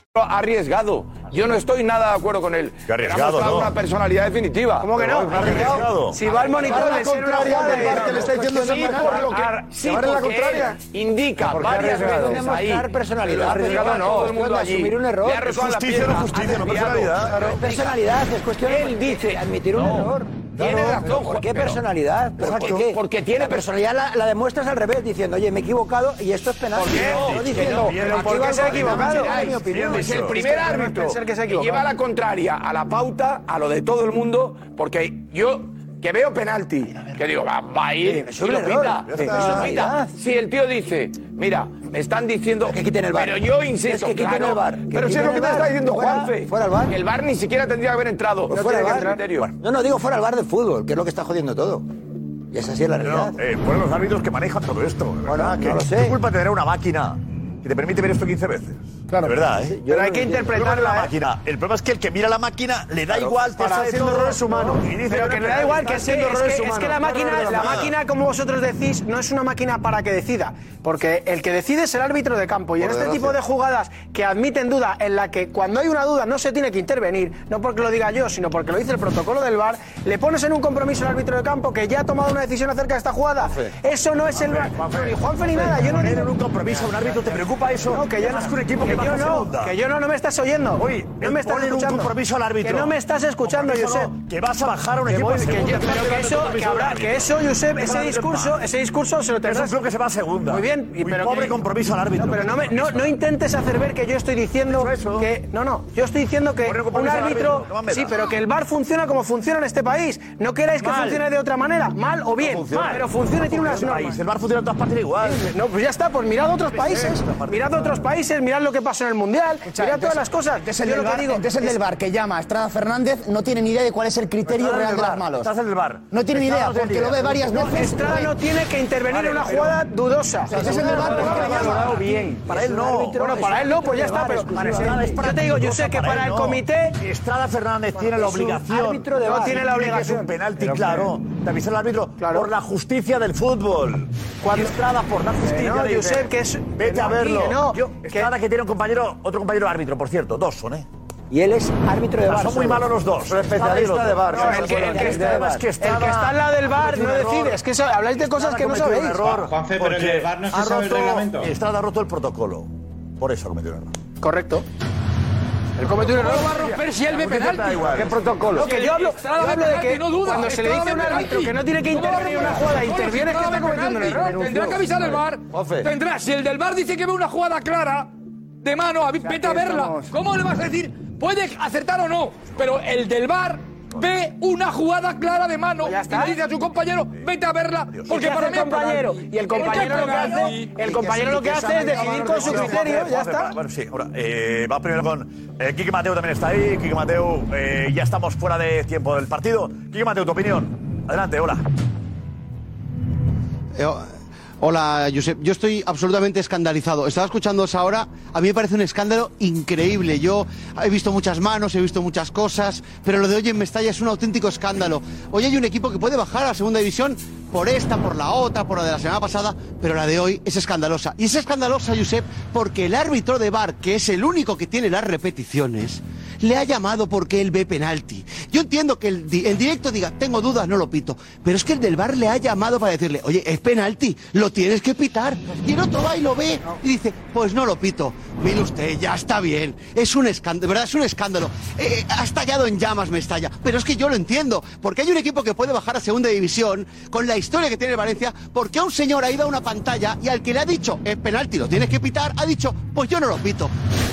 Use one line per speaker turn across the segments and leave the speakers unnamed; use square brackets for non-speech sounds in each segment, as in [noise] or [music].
Arriesgado. Yo no estoy nada de acuerdo con él.
Qué arriesgado,
Queramos dar
¿no?
una personalidad definitiva. ¿Cómo que no?
Arriesgado.
Si va al monitor le
contraria,
contraria,
Alberto, le está diciendo
sí,
esa
por
manera.
lo que
Ar-
sí,
¿Llevar en la
porque
contraria?
él indica
¿Por qué
varias
arriesgado?
veces
Tenemos
ahí.
que dar personalidad,
Arriesgado
pero
no,
igual
todo el
todos
mundo
pueden
allí.
asumir un error.
Le ha rozado la
Justicia, no
pierna,
justicia,
ha
no
desviado.
personalidad.
Claro.
Es personalidad, es cuestión
Él dice-
de admitir un
No.
error.
Tiene razón,
pero ¿Por
Juan,
qué
pero-
personalidad? ¿Pero
Exacto.
por qué?
Porque tiene
la personalidad la, la demuestras al revés, diciendo, oye, me he equivocado y esto es penal.
¿Por qué?
No,
Que
diciendo,
no, pero
aquí
¿por
va
qué
algo
se ha
que
equivocado?
no es mi opinión.
Es el primer árbitro que lleva la contraria a la pauta, a lo de todo el mundo, porque yo que veo penalti, que digo, va, va a ir,
Sí,
y lo
es un
pita,
error.
y lo pita.
Personalidad.
Si el tío dice, mira, me están diciendo...
que quiten el VAR.
Pero yo insisto,
Es que quiten
claro,
el VAR. Que
Pero si es
quiten
lo que
el
te
VAR.
está diciendo
Fuera-
Juanfe,
fuera el VAR.
que el bar ni siquiera tendría que haber entrado.
Pues
No tiene
fuera el
que
VAR.
haber criterio.
Bueno, No, no, digo fuera el bar de fútbol, que es lo que está jodiendo todo. Y esa sí es la realidad.
No, eh, fueron los árbitros que manejan todo esto. de
Bueno,
verdad,
no
que-
lo sé.
¿Qué culpa tendrá una máquina que te permite ver esto 15 veces? Claro. De verdad, ¿eh?
Yo-
Pero hay que
El problema de la
interpretarla, ¿eh?
máquina. El problema es que el que mira la máquina le da igual.
para
está
haciendo errores humanos.
Y dice,
Pero que
"Bueno,
le da igual,
está
que es que,
haciendo
es
errores
que- es que la
humanos".
máquina, la máquina, como vosotros decís, no es una máquina para que decida, porque el que decide es el árbitro de campo. Y en este tipo de jugadas que admiten duda, en la que cuando hay una duda no se tiene que intervenir, no porque lo diga yo, sino porque lo dice el protocolo del VAR, le pones en un compromiso al árbitro de campo que ya ha tomado una decisión acerca de esta jugada. Eso no es el VAR. Ni Juan ni nada, yo no
Poner en un compromiso a un árbitro, ¿te preocupa eso?
No, que yo no,
Más que un equipo que
que
baja
yo no,
segunda.
que yo no, no me estás oyendo.
Oye,
no
el
me estás
poner un
escuchando.
compromiso al árbitro.
Que no me estás escuchando,
Compromiso
Josep.
no, Que vas a bajar a un
Que
equipo
voy-
a
que yo-
segunda.
pero que eso, que habrá- que eso, Josep, ese discurso, ese discurso se
Es
lo
un
tendrás.
club que se va a segunda.
Muy bien, y
Muy
pero
pobre
que-
compromiso al árbitro.
No, pero no, me- no, no intentes hacer ver que yo estoy diciendo
eso.
que. No, no. Yo estoy diciendo que
Poner
un
compromiso al
árbitro.
árbitro, no me
sí,
da.
pero que el bar funciona como funciona en este país. No queráis que funcione de otra manera, mal o bien. mal, pero funciona y tiene unas normas.
País, El bar funciona en todas partes igual.
No, pues ya está, pues mirad otros países, mirad otros países, mirad lo que pasó en el Mundial, mirad todas las cosas.
Entonces el,
Yo
del
lo que
bar,
digo
entonces el del bar que llama a Estrada Fernández no tiene ni idea de cuál es el criterio
Estás en
real
el
de
bar,
los malos.
estás en el bar.
No tiene ni idea,
Estamos en
porque
el
lo ve
día.
varias veces.
Estrada no tiene que intervenir en una jugada dudosa.
Entonces el del bar, ¿por qué le llama?
bien. Para él no.
Bueno, para él no, pues ya está, pero yo te digo, yo sé que para el comité
Estrada Fernández tiene la
es un
obligación.
árbitro de
no
bar.
tiene la
Tiene que
obligación.
ser
Es un penalti, claro. Te avisa el árbitro
Claro.
por la justicia del fútbol. Cuando Estrada por la justicia.
no,
le dice,
Josep, que es-
Vete
que no,
a verlo.
que no,
Yo-
que-
Estrada que tiene un compañero, otro compañero árbitro, por cierto. Dos son, ¿eh?
Y él es árbitro de
Son
bar.
muy
solo.
malos los dos.
Pero especialista de bar.
No,
No,
el que- el
el
que está-
bar.
es que
el que está al lado del bar no decide, es que eso- habláis de cosas que no
cometió
sabéis.
Un error
Juanfe, pero
porque
en el VAR no se
ha
sabe el
roto-
reglamento.
Estrada ha roto el protocolo. Por eso ha cometido un error.
Correcto. Él cometió un error.
Va a romper si él ve penalti.
¿Qué
protocolo?
No, que yo hablo, yo hablo de que cuando se le dice a un árbitro que no tiene que intervenir en una jugada, interviene es que está cometiendo un error.
Tendrá que avisar el bar.
Ofe.
Tendrá, si el del bar dice que ve una jugada clara de mano, avi- vete a verla.
estamos.
¿Cómo le vas a decir? Puede acertar o no, pero el del bar ve una jugada clara de mano
Pues ya
y
está.
le dice a su compañero, vete a verla, porque
¿Qué
para
hace
mí
el
es
compañero?
penalti.
Y el compañero lo que hace, el compañero lo que hace es decidir con su criterio, ya está.
Bueno, sí, ahora, eh, va primero con. Eh, Quique Mateo también está ahí. Quique Mateo, eh, ya estamos fuera de tiempo del partido. Quique Mateo, tu opinión. Adelante, hola.
Eh, o- hola, Josep. Yo estoy absolutamente escandalizado. Estaba escuchándoos ahora. A mí me parece un escándalo increíble. Yo he visto muchas manos, he visto muchas cosas, pero lo de hoy en Mestalla es un auténtico escándalo. Hoy hay un equipo que puede bajar a la segunda división por esta, por la otra, por la de la semana pasada, pero la de hoy es escandalosa. Y es escandalosa, Josep, porque el árbitro de VAR, que es el único que tiene las repeticiones, le ha llamado porque él ve penalti. Yo entiendo que el, di- en directo diga, tengo dudas, no lo pito. Pero es que el del bar le ha llamado para decirle, oye, es penalti, lo tienes que pitar. Y el otro va y lo ve y dice, pues no lo pito. Mire usted, ya está bien. Es un escándalo, de verdad, es un escándalo. Eh, eh, ha estallado en llamas, me estalla. Pero es que yo lo entiendo, porque hay un equipo que puede bajar a segunda división con la historia que tiene el Valencia, porque a un señor ha ido a una pantalla y al que le ha dicho, es penalti, lo tienes que pitar, ha dicho, pues yo no lo pito.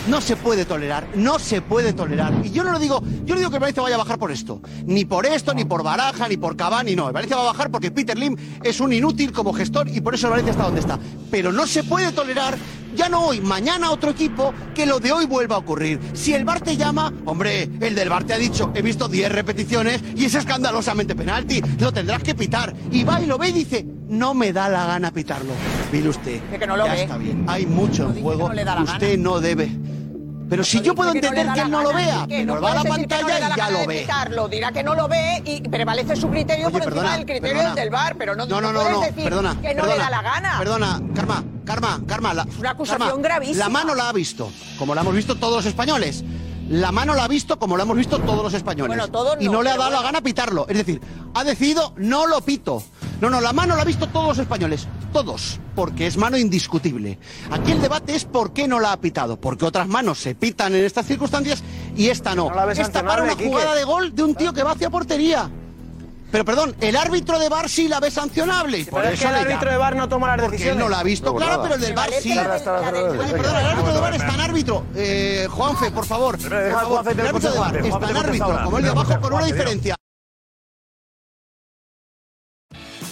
No se puede tolerar, no se puede tolerar. recuperar. Y yo no lo digo, yo no digo que el Valencia vaya a bajar por esto. Ni por esto, ni por Baraja, ni por Cavani, no. El Valencia va a bajar porque Peter Lim es un inútil como gestor y por eso el Valencia está donde está. Pero no se puede tolerar, ya no hoy, mañana otro equipo, que lo de hoy vuelva a ocurrir. Si el Bar te llama, hombre, el del Bar te ha dicho, he visto 10 repeticiones y es escandalosamente penalti, lo tendrás que pitar. Y va y lo ve y dice, no me da la gana pitarlo. Mire usted,
Que no lo
ya
ve.
está bien, hay mucho en juego, usted no debe. Pero si yo puedo
que no le
entender
da
que
la
él no lo
gana,
vea,
que
pero
no
va a la
puedes decir que no le da
pantalla
la
y ya
gana
lo
de
ve.
pitarlo, dirá que no lo ve y prevalece su criterio
Oye,
por
perdona,
encima del criterio
perdona.
del bar, pero no,
No, no, no,
puedes
no,
decir
perdona,
que no le
perdona,
da la gana.
Perdona, Karma, Karma, Karma. La,
una acusación
Karma,
gravísima.
La mano la ha visto, como la hemos visto todos los españoles. La mano la ha visto como la hemos visto todos los españoles.
Bueno, todos
y
no,
no le ha
pero
dado la
bueno.
gana pitarlo. Es decir, ha decidido no lo pito. No, no, la mano la ha visto todos los españoles. Todos. Porque es mano indiscutible. Aquí el debate es por qué no la ha pitado. Porque otras manos se pitan en estas circunstancias y esta no.
la ves
esta para
sancionable,
una
Quique.
jugada de gol de un tío que va hacia portería. Pero perdón, el árbitro de VAR sí la ve sancionable. y por
Pero es
eso
que el
le
árbitro
llama.
de bar no toma las
Porque él
decisiones.
no la ha visto, claro, pero el del VAR sí. Oye, perdón, el árbitro de VAR está en árbitro. Eh, Juanfe, por favor. Por
deja a
favor.
Juanfe
El
tener
árbitro de
consejo,
VAR
Juanfe.
está en
Juanfe,
árbitro,
contesta
como el de
ahora.
abajo, con una
Juanfe, Dios.
diferencia.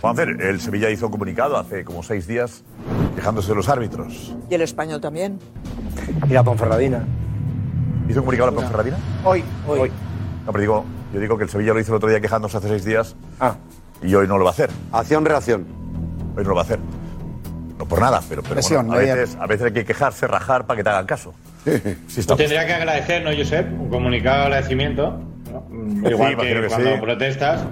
Juanfer, el Sevilla hizo un comunicado hace como seis días quejándose de los árbitros.
Y el español también.
Y la Ponferradina. ¿Hizo un comunicado la Ponferradina?
Hoy, hoy.
No, pero digo, yo digo que el Sevilla lo hizo el otro día quejándose hace seis días. Y hoy no lo va a hacer. Acción, reacción. Hoy no lo va a hacer. No por nada, pero, pero
Presión,
bueno, a,
no había-
veces, a veces hay que quejarse, rajar para que te hagan caso. Sí,
Tú tendrías que agradecer, ¿no, Josep? Un comunicado de agradecimiento. ¿no?
Sí,
Mm, Igual que,
imagino que
cuando
sí.
protestas,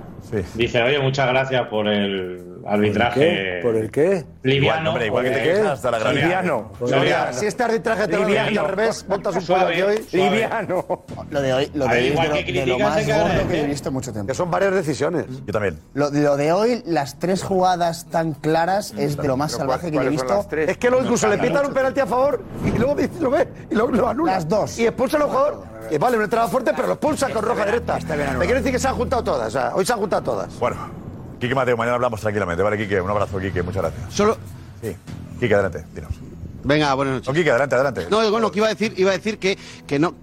dice, oye, muchas gracias por el arbitraje.
¿Por el qué?
Liviano.
Igual, hombre, igual que
porque-
te quejas, da la gracia.
Liviano.
Por el-
Liviano.
Si
este arbitraje
te lo
Liviano.
devuelve al revés,
votas
un Suave, poco de hoy. suave.
Lo de hoy, [laughs] lo
A ver,
de hoy es
igual
de lo,
que
de lo
criticas, hay
más
que
gordo
agradecer.
que he visto en mucho tiempo.
Que son varias decisiones.
Yo también.
Lo, lo de hoy, las tres jugadas tan claras es de lo más
Pero
salvaje que
¿cuál-
yo he
cuáles son
visto.
las tres? Es que luego incluso le pitan un
penalti a favor y luego lo ve y lo, anula. Las dos. Y expulsa al jugador.
vale, una entrada fuerte, pero lo expulsa con roja directa. Te quiero decir que se han juntado todas. o sea, hoy se han juntado todas.
Bueno, Quique Mateo, mañana hablamos tranquilamente. Vale, Quique, un abrazo, Quique, muchas gracias.
Solo.
Sí, Quique, adelante, dinos.
Venga, buenas noches.
No, Quique, adelante, adelante.
No, digo, lo que iba a decir, iba a decir que, que no.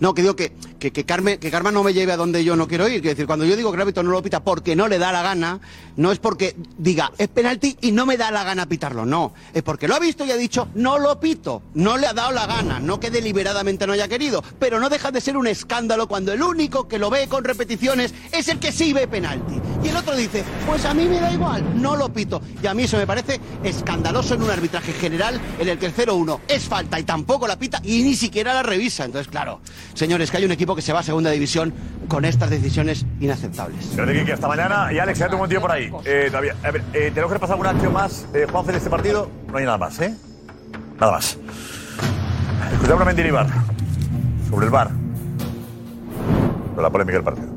No, que digo que, que, que Carmen, que Karma no me lleve a donde yo no quiero ir. Quiero decir, cuando yo digo que el árbitro no lo pita porque no le da la gana, no es porque diga es penalti y no me da la gana pitarlo, no. Es porque lo ha visto y ha dicho no lo pito, no le ha dado la gana, no que deliberadamente no haya querido. Pero no deja de ser un escándalo cuando el único que lo ve con repeticiones es el que sí ve penalti. Y el otro dice, pues a mí me da igual, no lo pito. Y a mí eso me parece escandaloso en un arbitraje general en el que el 0-1 es falta y tampoco la pita y ni siquiera la revisa. Entonces, claro, señores, que hay un equipo que se va a segunda división con estas decisiones inaceptables.
Gracias, Quique, hasta mañana. Y Alex, ya un buen tiempo por ahí. Eh, todavía, a ver, eh, tenemos que repasar alguna acción más, eh, Juanfe, de este partido. No hay nada más, ¿eh? Nada más. Escuchamos a Mendilibar sobre el bar. Sobre la polémica del partido.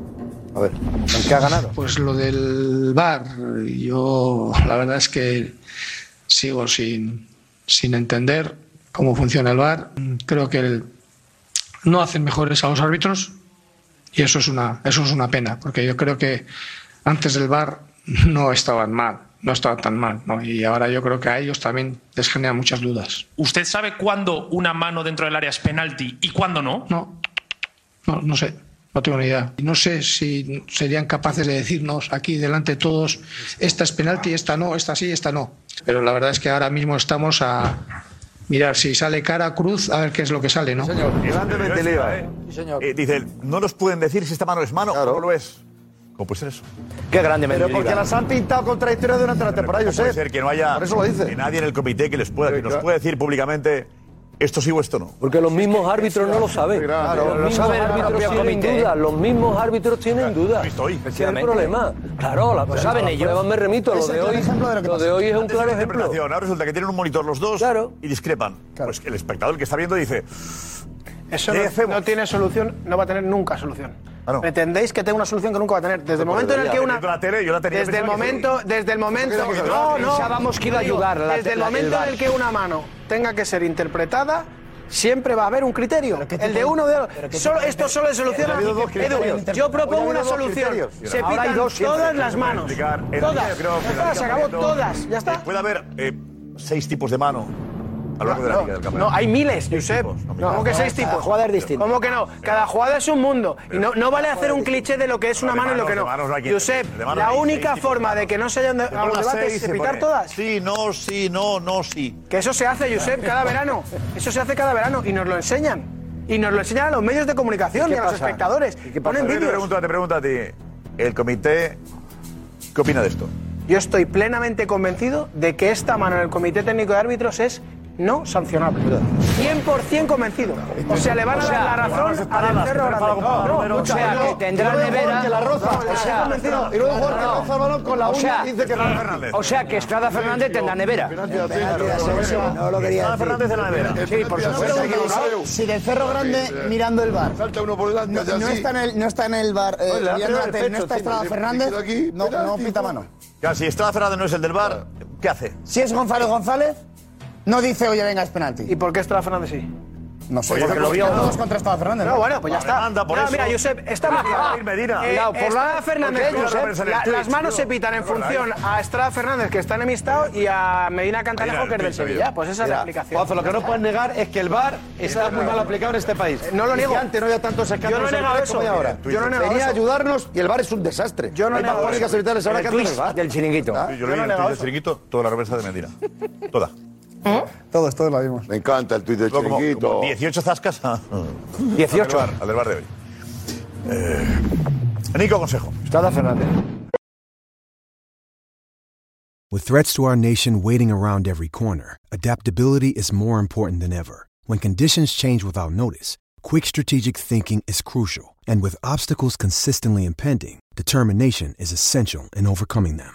A ver, ¿en qué ha ganado?
Pues lo del bar, yo la verdad es que sigo sin, sin entender cómo funciona el bar. Creo que el- no hacen mejores a los árbitros y eso es una eso es una pena, porque yo creo que antes del bar no estaban mal, no estaban tan mal, ¿no? Y ahora yo creo que a ellos también les generan muchas dudas.
¿Usted sabe cuándo una mano dentro del área es penalti y cuándo no?
No, no, no sé, no tengo ni idea. Y No sé si serían capaces de decirnos aquí delante de todos, esta es penalti, esta no, esta sí, esta no. Pero la verdad es que ahora mismo estamos a mirar si sale cara, cruz, a ver qué es lo que sale, ¿no?
Eh, eh, eh, dice, no nos pueden decir si esta mano es mano o no lo es. ¿Cómo puede ser eso? Qué grande,
Pero porque las han pintado contradictorias durante la temporada, yo
Puede
sé.
ser que no haya
Por eso lo
que
dice.
nadie en el comité que les pueda, que nos pueda decir públicamente esto sí o esto no.
Porque los mismos árbitros no lo saben.
Claro,
los
lo
mismos
saben el
árbitros
propio
tienen
comité.
dudas. Los mismos árbitros tienen dudas. Ese es el
efectivamente.
problema. Claro, la- lo saben ellos. Pruebas me remito. Lo de hoy, lo de hoy es un
Antes
claro ejemplo.
la interpretación, Ahora resulta que tienen un monitor los dos y discrepan. Pues el espectador que está viendo dice,
Eso no, no tiene solución, no va a tener nunca solución. Pretendéis que tenga una solución que nunca va a tener.
"Pues
Desde el momento en el que una.
Viendo la tele, yo la tenía,
desde el
pensaba que
momento,
sí.
desde el momento.
Pensaba que
No,
sí.
no.
Pensábamos que iba a
Digo,
ayudar la-
Desde el
la- el
momento
VAR.
en el que una mano tenga que ser interpretada. Siempre va a haber un criterio. El de uno o de otro. Solo, esto solo le
Ha
soluciona.
habido dos criterios.
Edu, yo
Hoy ha
propongo
habido
una
dos
solución.
criterios.
Se
Ahora hay
pitan
dos siempre.
todas las manos.
Explicar, el
Todas.
criterio, creo que
Ya
la
está, se
Liga
acabó
Campeonato-
todas. Ya está.
Puede haber eh, seis tipos de mano a lo largo de la
No,
Liga del
no,
Campeonato.
hay miles, Josep.
mira.
¿Cómo que seis
Cada
tipos?
jugada es
distinta. ¿Cómo que no? Cada jugada es un mundo. Y no, no vale hacer un cliché de lo que es una
de
mano y lo que no.
manos, de manos no hay que-
Josep,
de manos
la
hay seis
única
tipos
forma de que no se hayan de-
Se
a
pone
los
las
debates
seis,
es
se
pitar
pone.
todas.
Sí, no, sí, no, no, sí.
Que eso se hace, Josep, cada verano. Eso se hace cada verano y nos lo enseñan. Y nos lo enseñan a los medios de comunicación y, a los espectadores. Ponen
Te
vídeos.
pregunto, te pregunto a ti. El comité, ¿qué opina de esto?
Yo estoy plenamente convencido de que esta mano en el Comité Técnico de Árbitros es no sancionable. 100% convencido. O sea, le van a
O sea,
dar la
las
razón
paradas, que
al Cerro Grande.
preparan con
No,
Romero,
no,
o sea,
no.
que tendrán
Y luego
nevera.
jugar que la roza.
No,
O sea,
no,
convencido.
no, y luego jugar que
No.
roza el balón con la
O
uña
sea,
y dice que
Estrada
no.
Fernández. o sea, que Estrada Fernández tendrá nevera.
No lo quería decir.
Sí, por supuesto.
Una pregunta, Si del Cerro Grande mirando el bar.
Salta uno por delante,
No,
hace
no
así.
está en el, no está en el bar. eh,
No, le da
mirando
pegado
la
al
tele,
pecho
no está
encima,
Estrada
le- le
Fernández.
queda aquí,
no,
penalti,
no pita mano.
Ya, si Estrada Fernández no es el del bar, ¿qué hace?
Si es Gonzalo González, no dice, oye, venga, es penalti. ¿Y
por qué Estrada Fernández sí?
No sé,
Oye, porque lo vio.
Todos contra Estrada Fernández.
No, bueno, pues ya está.
Anda
No, mira, Josep, está muy claro. Eh, Estrada Fernández, Josep, la- las manos se pitan en función a Estrada Fernández, que está enemistado, y a Medina Cantalejo, que es del Sevilla. Pues esa es la explicación.
Juanzo, lo que no puedes negar es que el VAR está muy mal aplicado en este país.
No lo niego.
Y antes no había tantos escándalos.
Yo no he negado
arbitrales como
eso.
hay ahora.
Yo no he negado
Venía
eso.
a
ayudarnos y el bar es un desastre.
Yo no
Hay
he
más
negado
polémicas
eso.
arbitrales ahora
El
que antes
twist
del bar. Ah,
del chiringuito.
Yo lo vi en el tuit del chiringuito, toda la reversa de [laughs] Medina. Toda.
Todos, todos la vimos. Me encanta el tuit del
Luego, como-
chiringuito.
como 18 zascas. a-
18.
Al del bar, al del bar de hoy. Eh, Nico Consejo. Estrada Fernández.
With threats to our nation waiting around every corner, adaptability is more important than ever. When conditions change without notice, quick strategic thinking is crucial. And with obstacles consistently impending, determination is essential in overcoming them.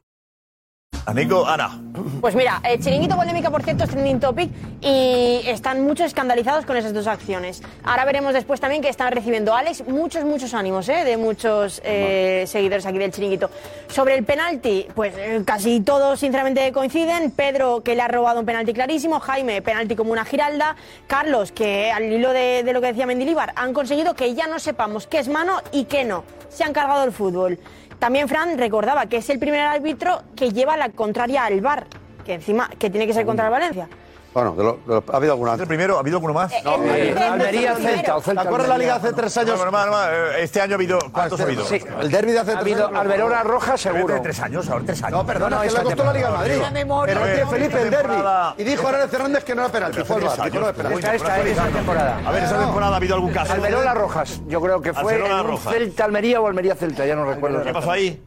Anico, Ana.
Pues mira, eh, Chiringuito Polémica, por cierto, es trending topic y están muchos escandalizados con esas dos acciones. Ahora veremos después también que están recibiendo, Alex, muchos, muchos ánimos ¿eh? de muchos eh, seguidores aquí del Chiringuito. Sobre el penalti, pues eh, casi todos sinceramente coinciden. Pedro, que le ha robado un penalti clarísimo. Jaime, penalti como una giralda. Carlos, que al hilo de, de lo que decía Mendilibar, han conseguido que ya no sepamos qué es mano y qué no. Se han cargado el fútbol. También Fran recordaba que es el primer árbitro que lleva la contraria al bar, que encima que tiene que ser contra el Valencia.
Bueno, de lo- de lo- ha habido alguna antes. ¿El
primero? ¿Ha habido alguno más? Eh,
No,
Eh, Almería, Celta, o Celta,
¿Te acuerdas la liga hace
Almería?
tres años? Ah,
No, no, no, no, eh, este año ha habido. ¿Cuántos ha habido?
Sí, el derbi de hace
Ha
tres
habido
años.
Alberola
roja,
Seguro. Tres años, ahora tres años.
No, perdona,
No,
que le
esta
costó la Liga de
temporada,
Madrid.
no, no.
Pero
Pero
es que
fue
Felipe, el
esta
derbi.
temporada-
Y dijo ahora Fernández que no era penalti.
Pero
Fue el
hace
VAR,
tres
dijo no era penalti.
años, pero bueno, fue esta temporada. A ver, esa temporada ha habido algún caso.
Alberola Rojas, yo creo que fue
Alberola
en un
Rojas.
Celta Almería o Almería Celta, ya no recuerdo.
¿Qué pasó ahí?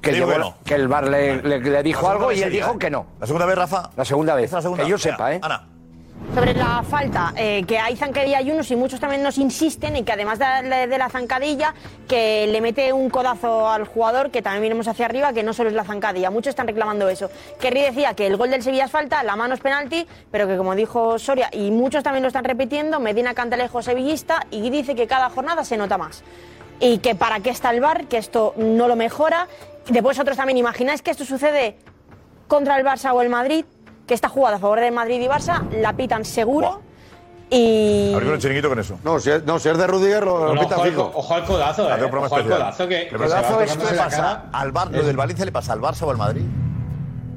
Que,
Sí,
llevó-
bueno.
que el bar le, le- le dijo
La segunda
algo y
vez
él
sería,
dijo
¿eh?
que no.
¿La segunda vez, Rafa?
La segunda vez.
Es la segunda.
Que yo
Venga,
sepa, ¿eh?
Ana.
Sobre la falta, eh, que hay zancadilla y unos y muchos también nos insisten y que además de, la- de la zancadilla, que le mete un codazo al jugador, que también miremos hacia arriba, que no solo es la zancadilla, muchos están reclamando eso. Kerry decía que el gol del Sevilla es falta, la mano es penalti, pero que como dijo Soria, y muchos también lo están repitiendo, Medina Cantalejo sevillista y dice que cada jornada se nota más y que para qué está el bar, que esto no lo mejora. Y después otros también, imagináis que esto sucede contra el Barça o el Madrid, que esta jugada a favor del Madrid y Barça la pitan seguro y...
Abrimos el chiringuito con eso.
No, si es, no, si es de Rudiger, lo,
No,
lo
no,
pita
ojo al-
fijo.
Ojo al codazo, eh.
Hace un programa
Ojo al
especial.
codazo que.
El
que se va
codazo es
tocando
que
la
pasa
cara.
al bar, lo del Valencia le pasa al Barça o al Madrid.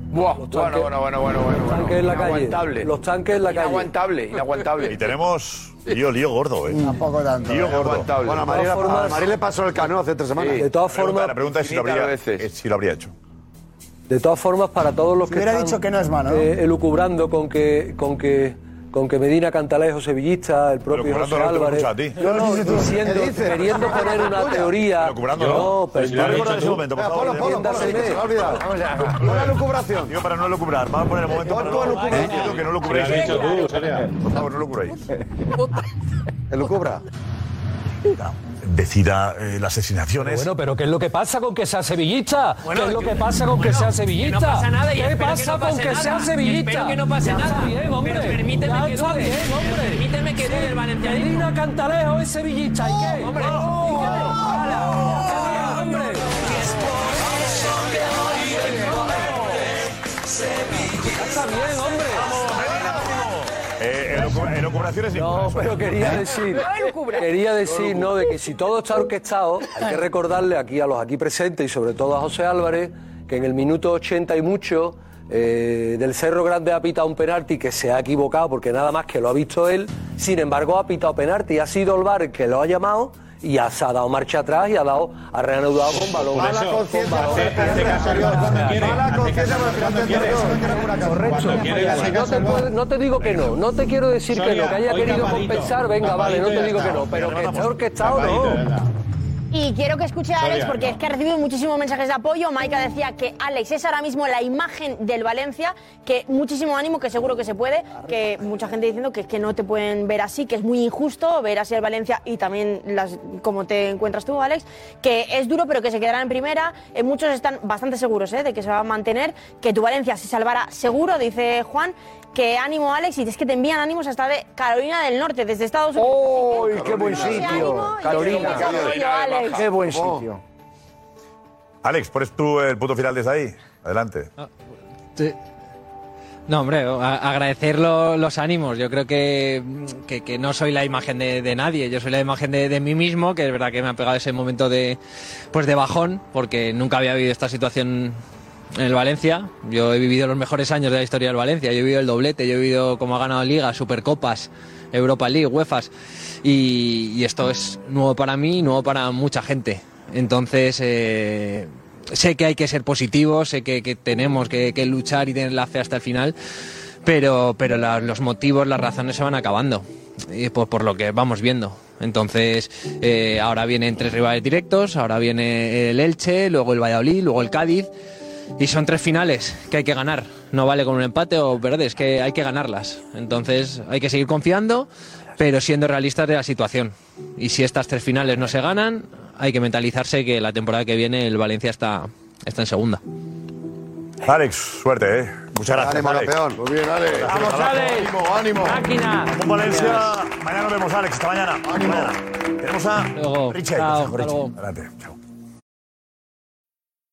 bueno, bueno, bueno, bueno, Los tanques en la calle. Los tanques en la calle. Inaguantable, inaguantable.
Y tenemos lío, lío gordo, ¿eh?
Tampoco tanto.
Lío gordo.
Bueno, a Madrid,
María
a Madrid le pasó el cano hace tres semanas.
De todas formas, la pregunta es si lo habría, eh, si lo habría hecho.
De todas formas, para todos los que
hubiera
están
dicho que no es mano, ¿no?
eh, elucubrando con que, con que, con que Medina Cantalejo, sevillista, el propio
Pero
José
cobrando no te lo
Álvarez,
escucho a ti.
Yo no, diciendo,
¿Qué dices?
queriendo poner una
Pero
teoría.
cobrando no.
pero
Pues ya lo he dicho en su momento, por
Venga,
favor,
ponlo, ponlo, ponlo,
defiéndaseme.
se me ha olvidado. Vamos allá.
Una lucubración. Digo, para no lucubrar. Vamos a poner el momento para no lucubrar. que no lucubréis.
Lo has dicho tú, Soria.
Por favor, no lucubréis.
¿El lucubra?
Decida eh, las asesinaciones.
Bueno, pero ¿qué es lo que pasa con que sea sevillista?
Bueno,
¿Qué es lo
yo-
que pasa con que sea
que
sevillista?
no pasa nada y
¿Qué
espero
pasa
que no
con
pase
que
nada.
sea sevillista?
Espero que no pase
Ya
nada.
está bien, hombre.
Pero permíteme
Ya
que
está
dude.
bien, hombre.
Pero permíteme que dude del valencianismo.
Medina Cantalejo es sevillista, ¿y qué? ¡Hombre!
Está bien, hombre.
Eh, elucu- elucubraciones
No, pero quería decir, quería decir, ¿no? De que si todo está orquestado, hay que recordarle aquí a los aquí presentes y sobre todo a José Álvarez que en el minuto 80 y mucho eh, del Cerro Grande ha pitado un penalti que se ha equivocado porque nada más que lo ha visto él. Sin embargo, ha pitado penalti, ha sido el VAR el que lo ha llamado y ha, se ha dado marcha atrás y ha dado ha reanudado con balón.
Por eso,
conciencia.
este
No te, puedo- no te digo que no, no te quiero decir que no, que haya querido compensar, venga, vale, no te digo que no, pero que esté orquestado no.
Y quiero que escuche a
Soria,
Alex porque
no.
es que ha recibido muchísimos mensajes de apoyo. Maika decía que Alex es ahora mismo la imagen del Valencia, que muchísimo ánimo, que seguro que se puede, que mucha gente diciendo que es que no te pueden ver así, que es muy injusto ver así al Valencia y también las, como te encuentras tú, Alex, que es duro pero que se quedará en primera. Eh, muchos están bastante seguros eh, de que se va a mantener, que tu Valencia se salvará seguro, dice Juan. Que ánimo, Alex, y es que te envían ánimos hasta de Carolina del Norte, desde Estados Unidos.
¡Uy, qué buen sitio!
Carolina. Alex.
Qué buen sitio.
Alex, pones tú el punto final desde ahí. Adelante.
No, hombre, a- agradecer lo- los ánimos. Yo creo que, que, que no soy la imagen de, de nadie. Yo soy la imagen de, de mí mismo, que es verdad que me ha pegado ese momento de, pues de bajón, porque nunca había vivido esta situación en el Valencia. Yo he vivido los mejores años de la historia del Valencia. Yo he vivido el doblete, yo he vivido cómo ha ganado Liga, Supercopas, Europa League, UEFAs. Y, y esto es nuevo para mí y nuevo para mucha gente. Entonces, eh, sé que hay que ser positivos, sé que, que tenemos que, que luchar y tener la fe hasta el final, pero, pero la- los motivos, las razones se van acabando, y por, por lo que vamos viendo. Entonces, eh, ahora vienen tres rivales directos, ahora viene el Elche, luego el Valladolid, luego el Cádiz, y son tres finales que hay que ganar. No vale con un empate o perder, es que hay que ganarlas. Entonces, hay que seguir confiando, pero siendo realistas de la situación. Y si estas tres finales no se ganan, hay que mentalizarse que la temporada que viene el Valencia está, está en segunda.
Alex, suerte, ¿eh? Muchas gracias.
Ánimo,
Alex.
campeón.
Muy bien, Alex.
Vamos,
Alex. Ánimo, ánimo. Máquina. Un Valencia.
Gracias.
Mañana nos vemos, Alex. Hasta mañana. Ánimo. Tenemos a Richie. Adelante.